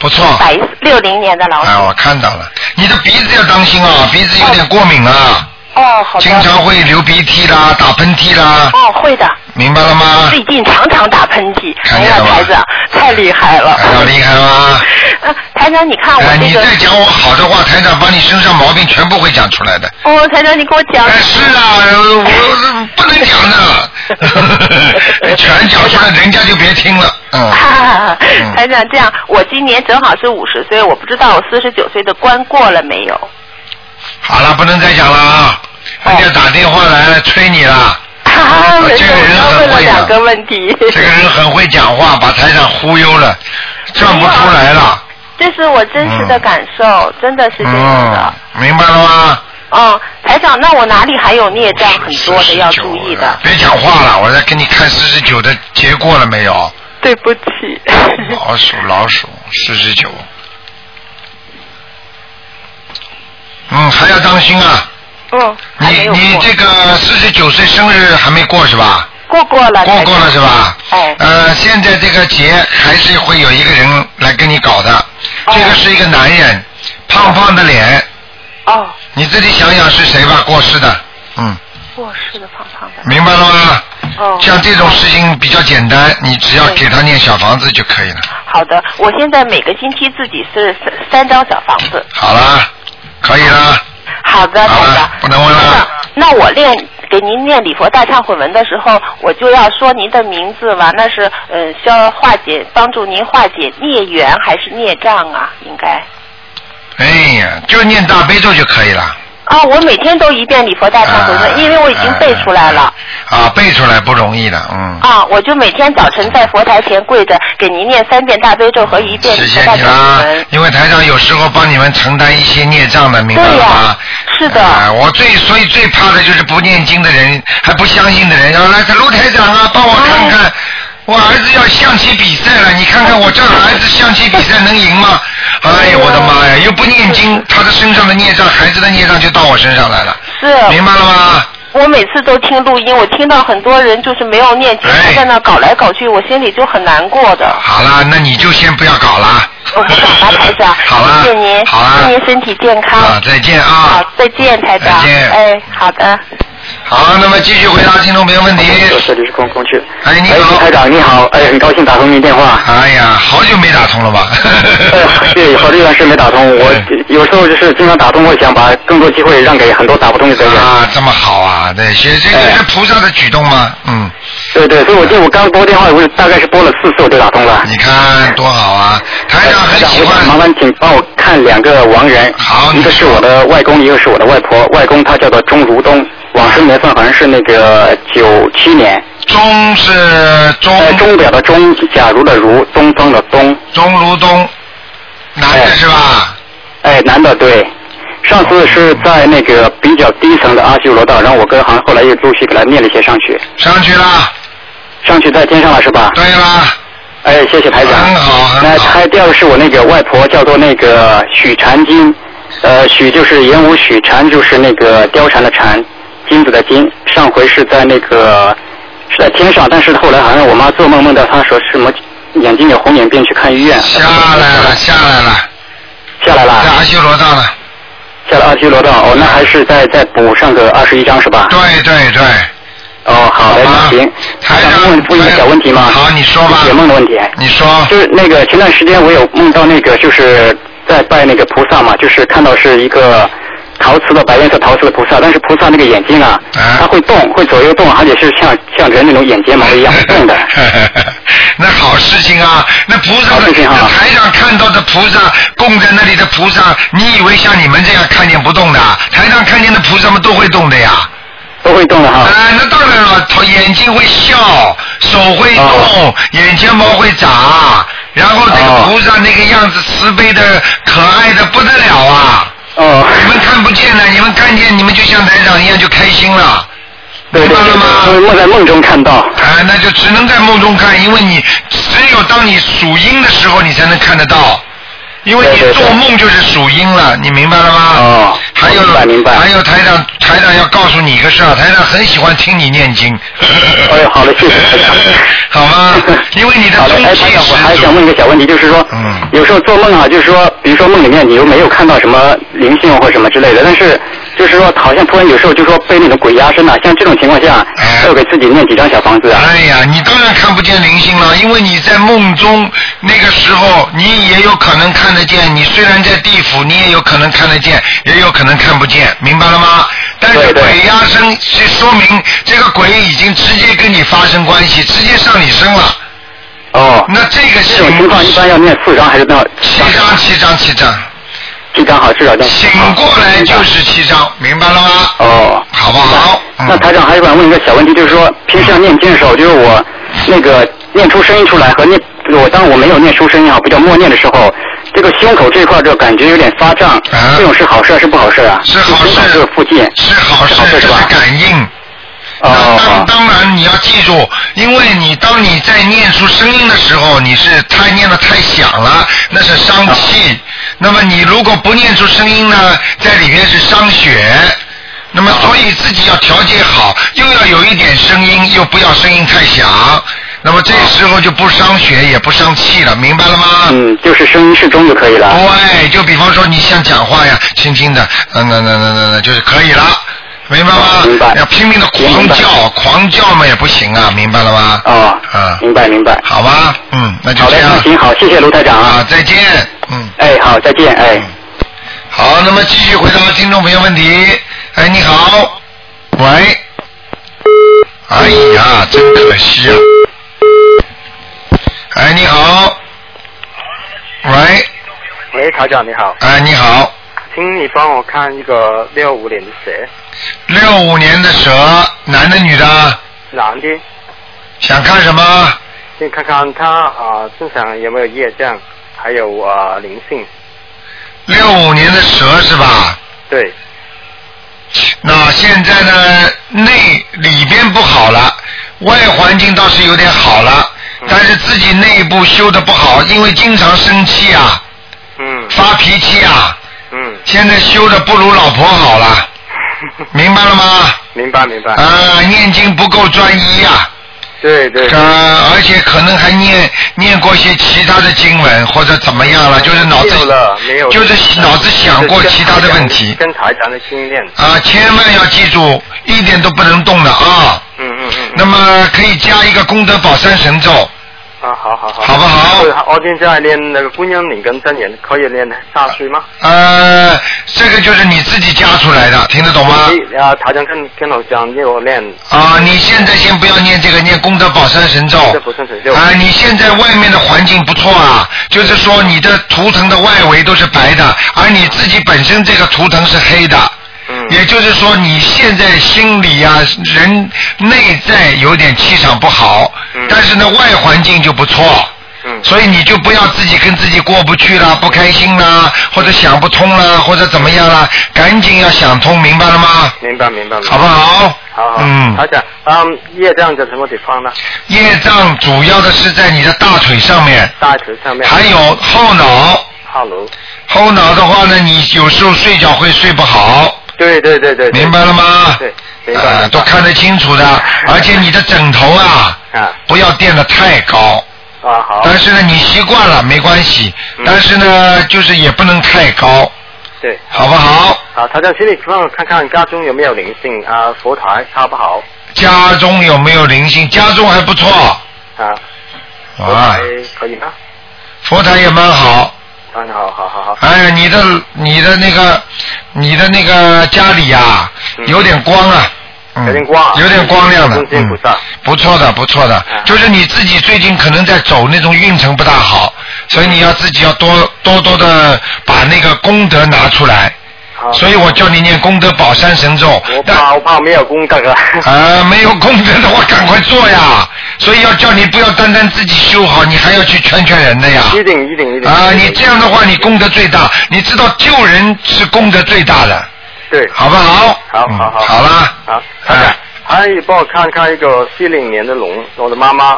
[SPEAKER 1] 不错。
[SPEAKER 6] 百六零年的老鼠
[SPEAKER 1] 哎，。我看到了，你的鼻子要当心啊，鼻子有点过敏啊，
[SPEAKER 6] 哦，好的。嗯
[SPEAKER 1] 经常会流鼻涕啦、打喷嚏啦，
[SPEAKER 6] 哦，会的。
[SPEAKER 1] 明白了吗？
[SPEAKER 6] 最近常常打喷嚏，
[SPEAKER 1] 看
[SPEAKER 6] 哎
[SPEAKER 1] 见
[SPEAKER 6] 呀
[SPEAKER 1] 了，吗
[SPEAKER 6] 台长太厉害了。
[SPEAKER 1] 看到哎厉害吗？
[SPEAKER 6] 呃台长，你看我
[SPEAKER 1] 哎，你
[SPEAKER 6] 这个，
[SPEAKER 1] 再讲我好的话，台长把你身上毛病全部会讲出来的。
[SPEAKER 6] 哦，台长，你给我讲
[SPEAKER 1] 哎，是啊，呃我不能讲 的，全讲出来人家就别听了。嗯，
[SPEAKER 6] 啊台长，这样我今年正好是五十岁，我不知道我四十九岁的关过了没有。
[SPEAKER 1] 好了，不能再讲了啊！人家打电话来了，催你了。
[SPEAKER 6] 哈哈，没
[SPEAKER 1] 啊这
[SPEAKER 6] 事，
[SPEAKER 1] 个人很
[SPEAKER 6] 我刚问了
[SPEAKER 1] 会
[SPEAKER 6] 两
[SPEAKER 1] 的
[SPEAKER 6] 个问题。
[SPEAKER 1] 这个人很会讲话，把台长忽悠了，转不出来了。
[SPEAKER 6] 这是我真实的感受，真的是这样
[SPEAKER 1] 嗯
[SPEAKER 6] 的。，
[SPEAKER 1] 明白了吗？
[SPEAKER 6] 嗯，台长，那我哪里还有孽障很多的要
[SPEAKER 1] 49
[SPEAKER 6] 注意的？
[SPEAKER 1] 别讲话了，我在给你看四十九的结果了没有？
[SPEAKER 6] 对不起。
[SPEAKER 1] 老鼠，老鼠，四十九。嗯，还要当心啊！
[SPEAKER 6] 嗯，
[SPEAKER 1] 你
[SPEAKER 6] 还没有
[SPEAKER 1] 你
[SPEAKER 6] 过，
[SPEAKER 1] 这个四十九岁生日还没过是吧？
[SPEAKER 6] 过过了。
[SPEAKER 1] 过过了是吧？
[SPEAKER 6] 哎
[SPEAKER 1] 呃，现在这个节还是会有一个人来跟你搞的，
[SPEAKER 6] 哦
[SPEAKER 1] 这个是一个男人，胖胖的脸，
[SPEAKER 6] 哦，
[SPEAKER 1] 你自己想想是谁吧，过世的，嗯，
[SPEAKER 6] 过世的胖胖的。
[SPEAKER 1] 明白了吗？
[SPEAKER 6] 哦，
[SPEAKER 1] 像这种事情比较简单，你只要
[SPEAKER 6] 对
[SPEAKER 1] 给他念小房子就可以了。
[SPEAKER 6] 好的，我现在每个星期自己是三三张小房子。
[SPEAKER 1] 好啦，可以啦，
[SPEAKER 6] 好的，
[SPEAKER 1] 好
[SPEAKER 6] 台长
[SPEAKER 1] 了。不能问了啊
[SPEAKER 6] 那那我练给您念礼佛大忏悔文的时候，我就要说您的名字吧？那是呃，需要化解，帮助您化解孽缘还是孽障啊？应该。
[SPEAKER 1] 哎呀，就念大悲咒就可以了。
[SPEAKER 6] 啊，我每天都一遍礼佛大忏悔文，
[SPEAKER 1] 啊
[SPEAKER 6] 因为我已经背出来了。
[SPEAKER 1] 啊，背出来不容易的，嗯。
[SPEAKER 6] 啊，我就每天早晨在佛台前跪着，给您念三遍大悲咒和一遍
[SPEAKER 1] 谢
[SPEAKER 6] 礼
[SPEAKER 1] 谢
[SPEAKER 6] 佛大
[SPEAKER 1] 你啊
[SPEAKER 6] 忏
[SPEAKER 1] 啦
[SPEAKER 6] 悔文，。
[SPEAKER 1] 因为台长有时候帮你们承担一些孽障的，明白了
[SPEAKER 6] 对
[SPEAKER 1] 吗
[SPEAKER 6] 呀？是的
[SPEAKER 1] 哎我最所以最怕的就是不念经的人，还不相信的人，然后来卢台长啊，帮我看看。
[SPEAKER 6] 哎
[SPEAKER 1] 我儿子要象棋比赛了，你看看我这儿子象棋比赛能赢 吗？哎呀，我的妈呀！又不念经，他的身上的孽障，孩子的孽障就到我身上来了，
[SPEAKER 6] 是，
[SPEAKER 1] 明白了吗？
[SPEAKER 6] 我每次都听录音，我听到很多人就是没有念经，
[SPEAKER 1] 哎
[SPEAKER 6] 还在那搞来搞去，我心里就很难 过的。
[SPEAKER 1] 好啦，那你就先不要搞啦。
[SPEAKER 6] 我不想了，台长，
[SPEAKER 1] 好啦，
[SPEAKER 6] 谢谢您，
[SPEAKER 1] 好啦，
[SPEAKER 6] 祝您身体健康。
[SPEAKER 1] 啊，再见啊。
[SPEAKER 6] 好，再见，台长。
[SPEAKER 1] 再见
[SPEAKER 6] 哎，好的。
[SPEAKER 1] 好，那么继续回答听众朋友问题。
[SPEAKER 7] 这里是空空去。
[SPEAKER 1] 哎，你
[SPEAKER 7] 哎，
[SPEAKER 1] 好
[SPEAKER 7] 台。长你好，哎，很高兴打通您电话。
[SPEAKER 1] 哎呀，好久没打通了吧？
[SPEAKER 7] 哎，对，好这段时间没打通，我
[SPEAKER 1] 嗯
[SPEAKER 7] 有时候就是经常打通，我想把更多机会让给很多打不通的人。
[SPEAKER 1] 啊，这么好啊！对，这这
[SPEAKER 7] 哎
[SPEAKER 1] 这是菩萨的举动吗？嗯，
[SPEAKER 7] 对对，所以我记得我刚拨电话，我大概是拨了四次我就打通了。呃
[SPEAKER 1] 你看多好啊！嗯台长很喜
[SPEAKER 7] 我想哎麻
[SPEAKER 1] 欢。
[SPEAKER 7] 烦请帮我看两个亡人，
[SPEAKER 1] 好
[SPEAKER 7] 一个是我的外公，一个是我的外婆。外公他叫做钟如东，往生年份好像是那个九七年，
[SPEAKER 1] 钟是
[SPEAKER 7] 呃，
[SPEAKER 1] 钟，
[SPEAKER 7] 钟表的钟，假如的如，东方的东。
[SPEAKER 1] 钟如东，男的是吧？
[SPEAKER 7] 哎，男的对。上次是在那个比较低层的阿修罗道，然后我跟好像后来又陆续给他念了一些上去，
[SPEAKER 1] 上去了，
[SPEAKER 7] 上去在天上了是吧？
[SPEAKER 1] 对啦，
[SPEAKER 7] 哎，谢谢台长。
[SPEAKER 1] 很好很
[SPEAKER 7] 那
[SPEAKER 1] 好
[SPEAKER 7] 还有第二个是我那个外婆，叫做那个许婵金，呃，许就是言无许，婵就是那个貂蝉的蝉，金子的金。上回是在那个是在天上，但是后来好像我妈做梦梦到她说什么眼睛有红眼病去看医院，
[SPEAKER 1] 下来了，下来了，
[SPEAKER 7] 下
[SPEAKER 1] 在
[SPEAKER 7] 来了，
[SPEAKER 1] 阿修罗道了。
[SPEAKER 7] 下了阿修罗道。哦，那还是再再补上个二十一章是吧？
[SPEAKER 1] 对对对，
[SPEAKER 7] 哦，好的，
[SPEAKER 1] 啊
[SPEAKER 7] 行。
[SPEAKER 1] 台
[SPEAKER 7] 想
[SPEAKER 1] 长
[SPEAKER 7] 问问一个小问题吗？
[SPEAKER 1] 好你说吧
[SPEAKER 7] 解梦的问题。
[SPEAKER 1] 你说。
[SPEAKER 7] 就是那个前段时间我有梦到那个就是在拜那个菩萨嘛，就是看到是一个陶瓷的白颜色陶瓷的菩萨，但是菩萨那个眼睛啊，
[SPEAKER 1] 啊
[SPEAKER 7] 它会动，会左右动，而且是像像人那种眼睫毛一样会动的。
[SPEAKER 1] 那好事情啊！那菩萨
[SPEAKER 7] 好
[SPEAKER 1] 的、
[SPEAKER 7] 事情啊
[SPEAKER 1] 那台上看到的菩萨供在那里的菩萨，你以为像你们这样看见不动的？啊台上看见的菩萨们都会动的呀。
[SPEAKER 7] 都会动的
[SPEAKER 1] 啊、
[SPEAKER 7] 哈。
[SPEAKER 1] 那当然了，头眼睛会笑，手会动，
[SPEAKER 7] 哦
[SPEAKER 1] 眼睫毛会眨，然后这个
[SPEAKER 7] 哦
[SPEAKER 1] 菩萨那个样子慈悲的、可爱的不得了啊！
[SPEAKER 7] 哦
[SPEAKER 1] 你们看不见的，你们看见，你们就像台长一样就开心了。
[SPEAKER 7] 对对对，梦在梦中看到。
[SPEAKER 1] 啊，那就只能在梦中看，因为你只有当你属阴的时候，你才能看得到。因为你做梦就是属阴了，你明白了吗？
[SPEAKER 7] 哦，
[SPEAKER 1] 还有
[SPEAKER 7] 明白明白
[SPEAKER 1] 还有台长，台长要告诉你一个事儿，啊台长很喜欢听你念经。
[SPEAKER 7] 哎，好的，谢谢台长。
[SPEAKER 1] 好吗？因为你的
[SPEAKER 7] 好的，
[SPEAKER 1] 中嗯
[SPEAKER 7] 哎，台
[SPEAKER 1] 气
[SPEAKER 7] 长，我还
[SPEAKER 1] 十
[SPEAKER 7] 想
[SPEAKER 1] 足。
[SPEAKER 7] 问一个小问题，就是说，有时候做梦啊，就是说，比如说梦里面你又没有看到什么灵性或什么之类的，但是就是说，好像突然有时候就说被那种鬼压身呐、啊像这种情况下，要给自己念几张小房子啊？
[SPEAKER 1] 哎呀，你当然看不见灵性了，因为你在梦中那个时候，你也有可能看得见。你虽然在地府，你也有可能看得见，也有可能看不见，明白了吗？但是鬼压身，是说明这个鬼已经直接跟你发生关系，直接上你身了。
[SPEAKER 7] 哦，
[SPEAKER 1] 那这个
[SPEAKER 7] 这种情况一般要念四张还是那
[SPEAKER 1] 七张，七张，七张。
[SPEAKER 7] 七张好，至少要
[SPEAKER 1] 醒过来就是七张，明白了吗？
[SPEAKER 7] 哦，
[SPEAKER 1] 好不好？嗯
[SPEAKER 7] 那台长还想问一个小问题，就是说平时要念经的时候，就是我那个念出声音出来和念我当我没有念出声音啊，比较默念的时候，这个胸口这块就感觉有点发胀，
[SPEAKER 1] 啊
[SPEAKER 7] 这种是好事还是不好事啊？是好事。这附近
[SPEAKER 1] 是好事，这是感应。
[SPEAKER 7] 哦
[SPEAKER 1] 那当当然你要记住，因为你当你在念出声音的时候，你是太念的太响了，那是伤气。那么你如果不念出声音呢，在里面是伤血。那么所以自己要调节好，又要有一点声音，又不要声音太响。那么这时候就不伤血，也不伤气了，明白了吗？
[SPEAKER 7] 嗯，就是声音适中就可以了。
[SPEAKER 1] 对，哎就比方说你想讲话呀，轻轻的，嗯，那那那那那就是可以了，明白
[SPEAKER 7] 哦
[SPEAKER 1] 吗？明白。要拼命的狂叫，狂叫嘛也不行啊，明白了吗？
[SPEAKER 7] 哦，
[SPEAKER 1] 啊，
[SPEAKER 7] 明白明白。
[SPEAKER 1] 好吧，嗯，那就
[SPEAKER 7] 好
[SPEAKER 1] 这
[SPEAKER 7] 嘞，
[SPEAKER 1] 样。
[SPEAKER 7] 那行好，谢谢卢台长
[SPEAKER 1] 啊，再见。嗯
[SPEAKER 7] 哎，好，再见，哎。
[SPEAKER 1] 好，那么继续回答听众朋友问题。哎，你好，喂，哎呀，真可惜啊。哎，你好，喂，
[SPEAKER 8] 喂，台长你好，
[SPEAKER 1] 哎，你好，
[SPEAKER 8] 请你帮我看一个六五年的蛇，
[SPEAKER 1] 六五年的蛇，男的女的？啊
[SPEAKER 8] 男的，
[SPEAKER 1] 想看什么？
[SPEAKER 8] 先看看他啊、身上有没有业障，还有啊、灵性。
[SPEAKER 1] 六五年的蛇是吧？
[SPEAKER 8] 对，
[SPEAKER 1] 那现在呢，内里边不好了，外环境倒是有点好了，但是自己内部修的不好，因为经常生气啊，
[SPEAKER 8] 嗯，
[SPEAKER 1] 发脾气啊，
[SPEAKER 8] 嗯，
[SPEAKER 1] 现在修的不如老婆好了，明白了吗？
[SPEAKER 8] 明白明白。
[SPEAKER 1] 啊、念经不够专一呀、啊。
[SPEAKER 8] 对对。
[SPEAKER 1] 呃，而且可能还念念过些其他的经文或者怎么样了，就是脑子
[SPEAKER 8] 没有了，没有了
[SPEAKER 1] 就是脑子想过其他的问题
[SPEAKER 8] 跟台长的经验。
[SPEAKER 1] 啊，千万要记住，一点都不能动的啊。
[SPEAKER 8] 嗯嗯嗯。
[SPEAKER 1] 那么可以加一个功德宝山神咒，
[SPEAKER 8] 啊，好好好。
[SPEAKER 1] 好不好
[SPEAKER 8] 对？我现在练那个观音灵跟真言，可以练下去吗？
[SPEAKER 1] 呃，这个就是你自己加出来的，听得懂吗？
[SPEAKER 8] 你？啊，台长跟跟我讲，要我练。
[SPEAKER 1] 啊，你现在先不要念这个，念功德宝山神咒。
[SPEAKER 8] 这不是神咒。
[SPEAKER 1] 啊，你现在外面的环境不错啊，就是说你的图腾的外围都是白的，而你自己本身这个图腾是黑的。
[SPEAKER 8] 嗯
[SPEAKER 1] 也就是说，你现在心里啊，人内在有点气场不好，但是呢，外环境就不错。
[SPEAKER 8] 嗯
[SPEAKER 1] 所以你就不要自己跟自己过不去啦，不开心啦，或者想不通啦，或者怎么样啦，赶紧要想通，明白了吗？
[SPEAKER 8] 明白明白。明白
[SPEAKER 1] 好不好？
[SPEAKER 8] 好好。
[SPEAKER 1] 嗯
[SPEAKER 8] 台长，嗯，业障在什么地方呢？
[SPEAKER 1] 业障主要的是在你的大腿上面，
[SPEAKER 8] 大腿上面。
[SPEAKER 1] 还有后脑。
[SPEAKER 8] Hello。
[SPEAKER 1] 后脑的话呢，你有时候睡觉会睡不好，
[SPEAKER 8] 对对对对。对
[SPEAKER 1] 明白了吗
[SPEAKER 8] 对，明白。
[SPEAKER 1] 啊、都看得清楚 的，而且你的枕头啊，
[SPEAKER 8] 啊
[SPEAKER 1] 不要垫得太高。
[SPEAKER 8] 啊好。嗯
[SPEAKER 1] 但是呢，你习惯了没关系，但是呢，就是也不能太高，
[SPEAKER 8] 对。
[SPEAKER 1] 好不好？
[SPEAKER 8] 好，台长，请你帮我看看家中有没有灵性啊，佛台好不好
[SPEAKER 1] 家中有没有灵性？家中还不错，
[SPEAKER 8] 啊？佛
[SPEAKER 1] 啊
[SPEAKER 8] 台，可以吗？
[SPEAKER 1] 佛台也蛮好。
[SPEAKER 8] 嗯，好好好好。
[SPEAKER 1] 哎呀，你的你的那个你的那个家里呀、有点光啊，嗯
[SPEAKER 8] 有点光啊
[SPEAKER 1] 有点光亮的，
[SPEAKER 8] 观世音菩萨
[SPEAKER 1] 嗯，不错的，不错的，
[SPEAKER 8] 嗯
[SPEAKER 1] 就是你自己最近可能在走那种运程不大好，所以你要自己要
[SPEAKER 8] 嗯
[SPEAKER 1] 多多多的把那个功德拿出来。所以我叫你念功德宝山神咒，
[SPEAKER 8] 啊我怕我怕没有功德啊。
[SPEAKER 1] 啊，没有功德的话赶快做呀。所以要叫你不要单单自己修好，你还要去劝劝人的呀。
[SPEAKER 8] 一定一定一定。
[SPEAKER 1] 啊，你这样的话，你功德最大。你知道救人是功德最大的，
[SPEAKER 8] 对。
[SPEAKER 1] 好不好？嗯
[SPEAKER 8] 好好好。
[SPEAKER 1] 好啦。哎
[SPEAKER 8] 好，台长，阿姨帮我看看一个七零年的龙，我的妈妈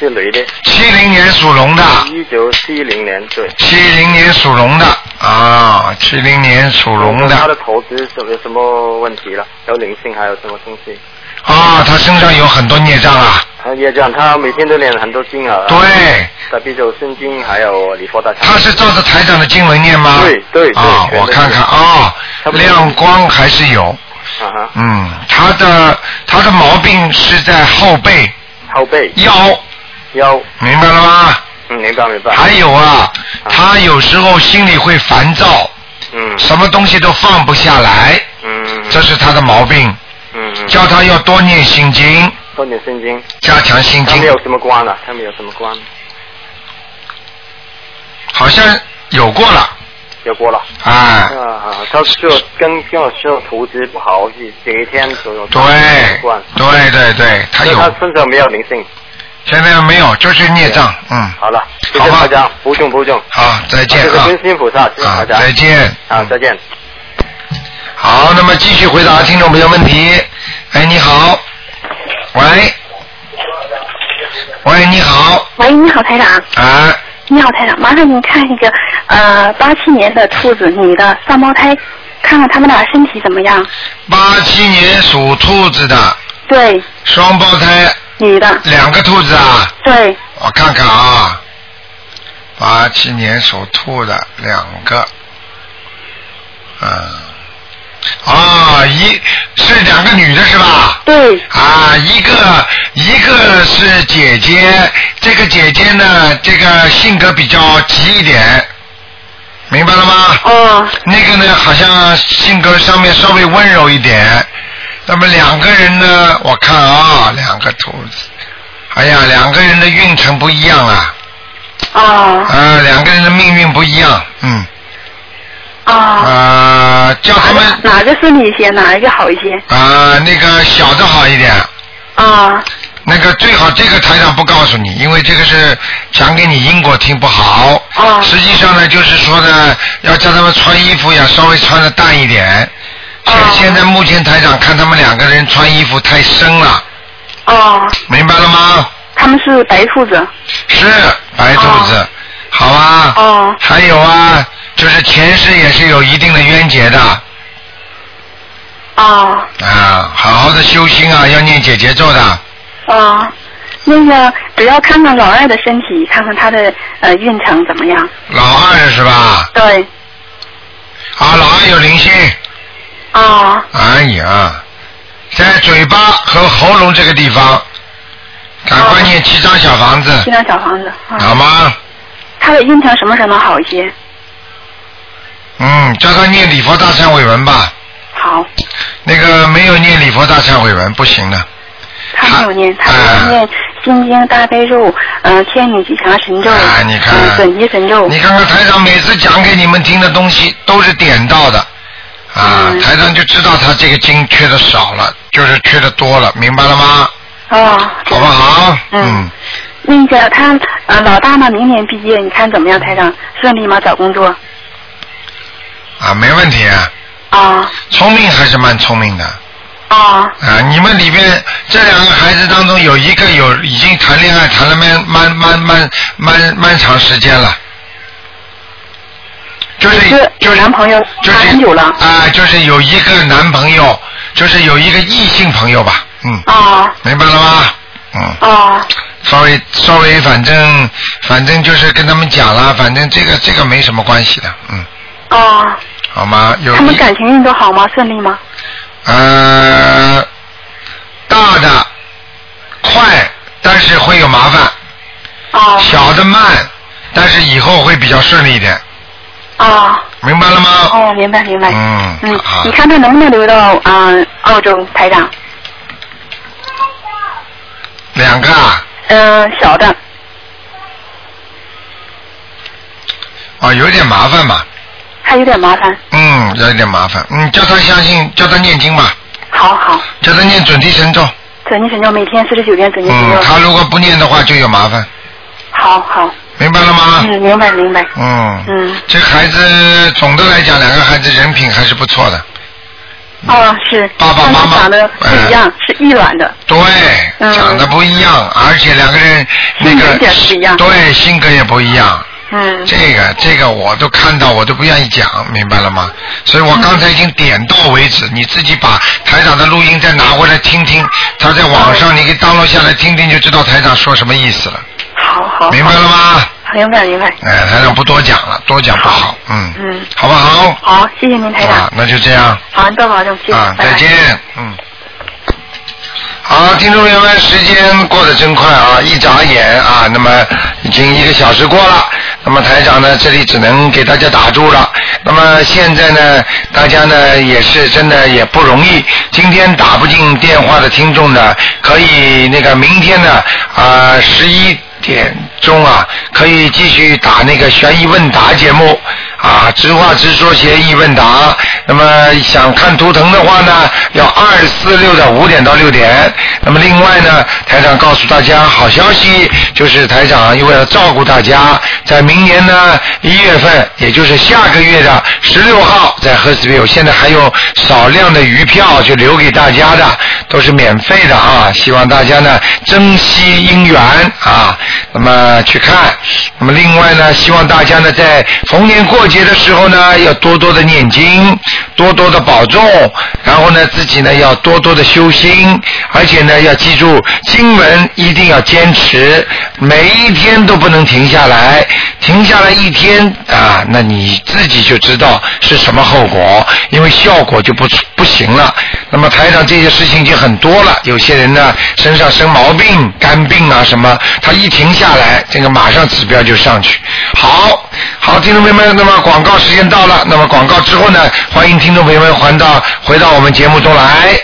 [SPEAKER 8] 是女的。
[SPEAKER 1] 七零年属龙的。
[SPEAKER 8] 一九七零年，对。
[SPEAKER 1] 七零年属龙的啊，七零年属龙
[SPEAKER 8] 她
[SPEAKER 1] 的
[SPEAKER 8] 的投资有有什么问题了？有灵性还有什么东西？
[SPEAKER 1] 啊，他身上有很多孽障啊，
[SPEAKER 8] 她也讲，她每天都念很多经啊。
[SPEAKER 1] 对。
[SPEAKER 8] 大悲咒心经，还有礼佛大忏。
[SPEAKER 1] 他是照着台长的经文念吗？
[SPEAKER 8] 对对对
[SPEAKER 1] 啊，
[SPEAKER 8] 全
[SPEAKER 1] 我
[SPEAKER 8] 都
[SPEAKER 1] 看
[SPEAKER 8] 是
[SPEAKER 1] 看啊，
[SPEAKER 8] 不是
[SPEAKER 1] 亮光还是有，
[SPEAKER 8] 啊哈，
[SPEAKER 1] 嗯，他的他的毛病是在后背
[SPEAKER 8] 后背
[SPEAKER 1] 腰，
[SPEAKER 8] 腰，
[SPEAKER 1] 明白了吗？
[SPEAKER 8] 嗯，明白明白。
[SPEAKER 1] 还有啊，他有时候心里会烦躁，
[SPEAKER 8] 嗯
[SPEAKER 1] 什么东西都放不下来，
[SPEAKER 8] 嗯
[SPEAKER 1] 这是他的毛病。
[SPEAKER 8] 嗯嗯，
[SPEAKER 1] 叫他要多念心经，
[SPEAKER 8] 多点心经。
[SPEAKER 1] 加强心
[SPEAKER 8] 他
[SPEAKER 1] 经
[SPEAKER 8] 没。有什么关了，他没有什么关，
[SPEAKER 1] 好像有过了，
[SPEAKER 8] 有过了。
[SPEAKER 1] 哎，
[SPEAKER 8] 啊，他就跟跟我说投资不好，几几天都有
[SPEAKER 1] 对哎
[SPEAKER 8] 关。，
[SPEAKER 1] 对对对，他
[SPEAKER 8] 所以
[SPEAKER 1] 有
[SPEAKER 8] 他，身上没有灵性。
[SPEAKER 1] 现在没有，就是孽障，嗯，
[SPEAKER 8] 好了，谢
[SPEAKER 1] 好
[SPEAKER 8] 谢
[SPEAKER 1] 吧
[SPEAKER 8] 大家，不重不重。
[SPEAKER 1] 好，再见
[SPEAKER 8] 这个
[SPEAKER 1] 啊，
[SPEAKER 8] 观世音菩萨，谢谢
[SPEAKER 1] 啊
[SPEAKER 8] 大，家。
[SPEAKER 1] 再见。
[SPEAKER 8] 啊，再见。
[SPEAKER 1] 好，那么继续回答听众朋友问题。哎，你好，喂，喂，你好，
[SPEAKER 9] 喂，你好，台长。
[SPEAKER 1] 啊，
[SPEAKER 9] 你好，台长，麻烦您看一个呃八七年的兔子，女的双胞胎，看看他们俩身体怎么样？
[SPEAKER 1] 八七年属兔子的
[SPEAKER 9] 对，
[SPEAKER 1] 双胞胎，
[SPEAKER 9] 女的，
[SPEAKER 1] 两个兔子啊，
[SPEAKER 9] 对，
[SPEAKER 1] 我看看啊，八七年属兔的两个，嗯，啊，一是两个女的是吧？
[SPEAKER 9] 对，
[SPEAKER 1] 啊，一个一个是姐姐，这个姐姐呢，这个性格比较急一点，明白了吗？
[SPEAKER 9] 哦，
[SPEAKER 1] 那个呢，好像性格上面稍微温柔一点。那么两个人呢，我看啊，两个兔子，哎呀，两个人的运程不一样啊，
[SPEAKER 9] 哦，
[SPEAKER 1] 啊，两个人的命运不一样，嗯，
[SPEAKER 9] 哦，
[SPEAKER 1] 啊，叫他们
[SPEAKER 9] 哪个顺利一些，哪一个好一些？
[SPEAKER 1] 啊，那个小的好一点，
[SPEAKER 9] 啊、
[SPEAKER 1] 那个最好这个台长不告诉你，因为这个是讲给你因果听不好。
[SPEAKER 9] 哦
[SPEAKER 1] 实际上呢，就是说呢，要叫他们穿衣服呀，稍微穿的淡一点。现、
[SPEAKER 9] 哦
[SPEAKER 1] 现在目前台长看他们两个人穿衣服太深了，
[SPEAKER 9] 哦，
[SPEAKER 1] 明白了吗？
[SPEAKER 9] 他们是白兔子。
[SPEAKER 1] 是白兔子，好啊。
[SPEAKER 9] 哦
[SPEAKER 1] 还有啊，就是前世也是有一定的冤结的
[SPEAKER 9] 哦，
[SPEAKER 1] 啊，好好的修心啊，要念解结咒的。
[SPEAKER 9] 哦，那个只要看看老二的身体，看看他的呃运程怎么样？
[SPEAKER 1] 老二是吧？
[SPEAKER 9] 对，
[SPEAKER 1] 啊，老二有灵性。
[SPEAKER 9] 哦，
[SPEAKER 1] 哎呀，在嘴巴和喉咙这个地方，赶快念七张小房
[SPEAKER 9] 七
[SPEAKER 1] 子，
[SPEAKER 9] 张小房子，啊、
[SPEAKER 1] 好吗？
[SPEAKER 9] 他的运程什么时候能好一些？
[SPEAKER 1] 嗯，叫他念礼佛大忏悔文吧。
[SPEAKER 9] 好，
[SPEAKER 1] 那个没有念礼佛大忏悔文不行的，
[SPEAKER 9] 他没有念，他
[SPEAKER 1] 啊
[SPEAKER 9] 没有念心经、大悲咒，嗯，天女吉祥神咒，
[SPEAKER 1] 啊你看
[SPEAKER 9] 嗯，准提神咒，
[SPEAKER 1] 你看看台长每次讲给你们听的东西都是点到的，啊，
[SPEAKER 9] 嗯
[SPEAKER 1] 台长就知道他这个经缺的少了，就是缺的多了，明白了吗？
[SPEAKER 9] 哦，
[SPEAKER 1] 好不好？
[SPEAKER 9] 嗯那个他呃老大呢，明年毕业，你看怎么样，台长顺利吗？找工作
[SPEAKER 1] 啊，没问题、啊，
[SPEAKER 9] 啊
[SPEAKER 1] 聪明还是蛮聪明的。
[SPEAKER 9] 啊
[SPEAKER 1] 啊，你们里边这两个孩子当中有一个有已经谈恋爱谈了蛮蛮蛮蛮蛮蛮长时间了，就是
[SPEAKER 9] 是
[SPEAKER 1] 就是
[SPEAKER 9] 男朋友
[SPEAKER 1] 就是
[SPEAKER 9] 谈很久了
[SPEAKER 1] 啊，就是有一个男朋友，就是有一个异性朋友吧，嗯，
[SPEAKER 9] 啊
[SPEAKER 1] 明白了吗？嗯，
[SPEAKER 9] 啊
[SPEAKER 1] 稍微稍微反正反正就是跟他们讲了，反正这个这个没什么关系的，嗯，
[SPEAKER 9] 啊，
[SPEAKER 1] 好吗？有
[SPEAKER 9] 他们
[SPEAKER 1] 一
[SPEAKER 9] 感情运都好吗？顺利吗？
[SPEAKER 1] 呃，大的快，但是会有麻烦；
[SPEAKER 9] 啊
[SPEAKER 1] 小的慢，但是以后会比较顺利一点，
[SPEAKER 9] 啊
[SPEAKER 1] 明白了吗？
[SPEAKER 9] 哦，明白明白，
[SPEAKER 1] 嗯
[SPEAKER 9] 嗯
[SPEAKER 1] 好，
[SPEAKER 9] 你看他能不能留到啊澳洲，台长？
[SPEAKER 1] 两个啊，
[SPEAKER 9] 嗯，小的
[SPEAKER 1] 哦，有点麻烦吧？
[SPEAKER 9] 还有点麻烦，
[SPEAKER 1] 嗯，有点麻烦。嗯，叫他相信，叫他念经吧，
[SPEAKER 9] 好好。
[SPEAKER 1] 叫他念准提神咒。
[SPEAKER 9] 准提神咒每天四十九遍准提神咒
[SPEAKER 1] 嗯，。他如果不念的话，就有麻烦，
[SPEAKER 9] 好好，
[SPEAKER 1] 明白了吗？
[SPEAKER 9] 嗯，明白明白，
[SPEAKER 1] 嗯，
[SPEAKER 9] 嗯
[SPEAKER 1] 这孩子总的来讲，两个孩子人品还是不错的，
[SPEAKER 9] 哦，是
[SPEAKER 1] 爸爸妈妈哎
[SPEAKER 9] 长得不一样，是异卵的。
[SPEAKER 1] 对，
[SPEAKER 9] 嗯
[SPEAKER 1] 长得不一样，而且两个人那
[SPEAKER 9] 性格
[SPEAKER 1] 个
[SPEAKER 9] 有点不一样
[SPEAKER 1] 对性格也不一样。
[SPEAKER 9] 嗯，
[SPEAKER 1] 这个这个我都看到，我都不愿意讲，明白了吗？所以我刚才已经点到为止，你自己把台长的录音再拿回来听听，他在网上你给 download 下来听听，就知道台长说什么意思了。
[SPEAKER 9] 好好。
[SPEAKER 1] 明白了吗？
[SPEAKER 9] 明白明白。
[SPEAKER 1] 哎，台长不多讲了，多讲不好，嗯，
[SPEAKER 9] 嗯，
[SPEAKER 1] 好不好？
[SPEAKER 9] 好，谢谢您台长。
[SPEAKER 1] 啊，那就这样。
[SPEAKER 9] 好，您多保重，谢谢。
[SPEAKER 1] 啊，
[SPEAKER 9] 拜拜
[SPEAKER 1] 再见，嗯。好，听众朋友们，时间过得真快啊，一眨眼啊，那么已经一个小时过了。那么台长呢，这里只能给大家打住了。那么现在呢，大家呢也是真的也不容易。今天打不进电话的听众呢，可以那个明天呢，啊、1十一点钟啊，可以继续打那个悬疑问答节目啊，直话直说协议问答。那么想看图腾的话呢，要二四六的五点到六点。那么另外呢，台长告诉大家好消息，就是台长因为了照顾大家，在明年呢一月份，也就是下个月的十六号，在赫斯比尔，现在还有少量的余票就留给大家的，都是免费的啊，希望大家呢珍惜姻缘啊，那么去看。那么另外呢，希望大家呢在逢年过节的时候呢，要多多的念经，多多的保重，然后呢自己呢要多多的修心，而且呢要记住经文一定要坚持，每一天都不能停下来，停下来一天啊，那你自己就知道是什么后果，因为效果就不出不行了。那么台长这些事情已经很多了，有些人呢身上生毛病、肝病啊什么，他一停下来，这个马上指标就上去。好，好，听众朋友们，那么广告时间到了，那么广告之后呢，欢迎听众朋友们还到回到我们节目中来。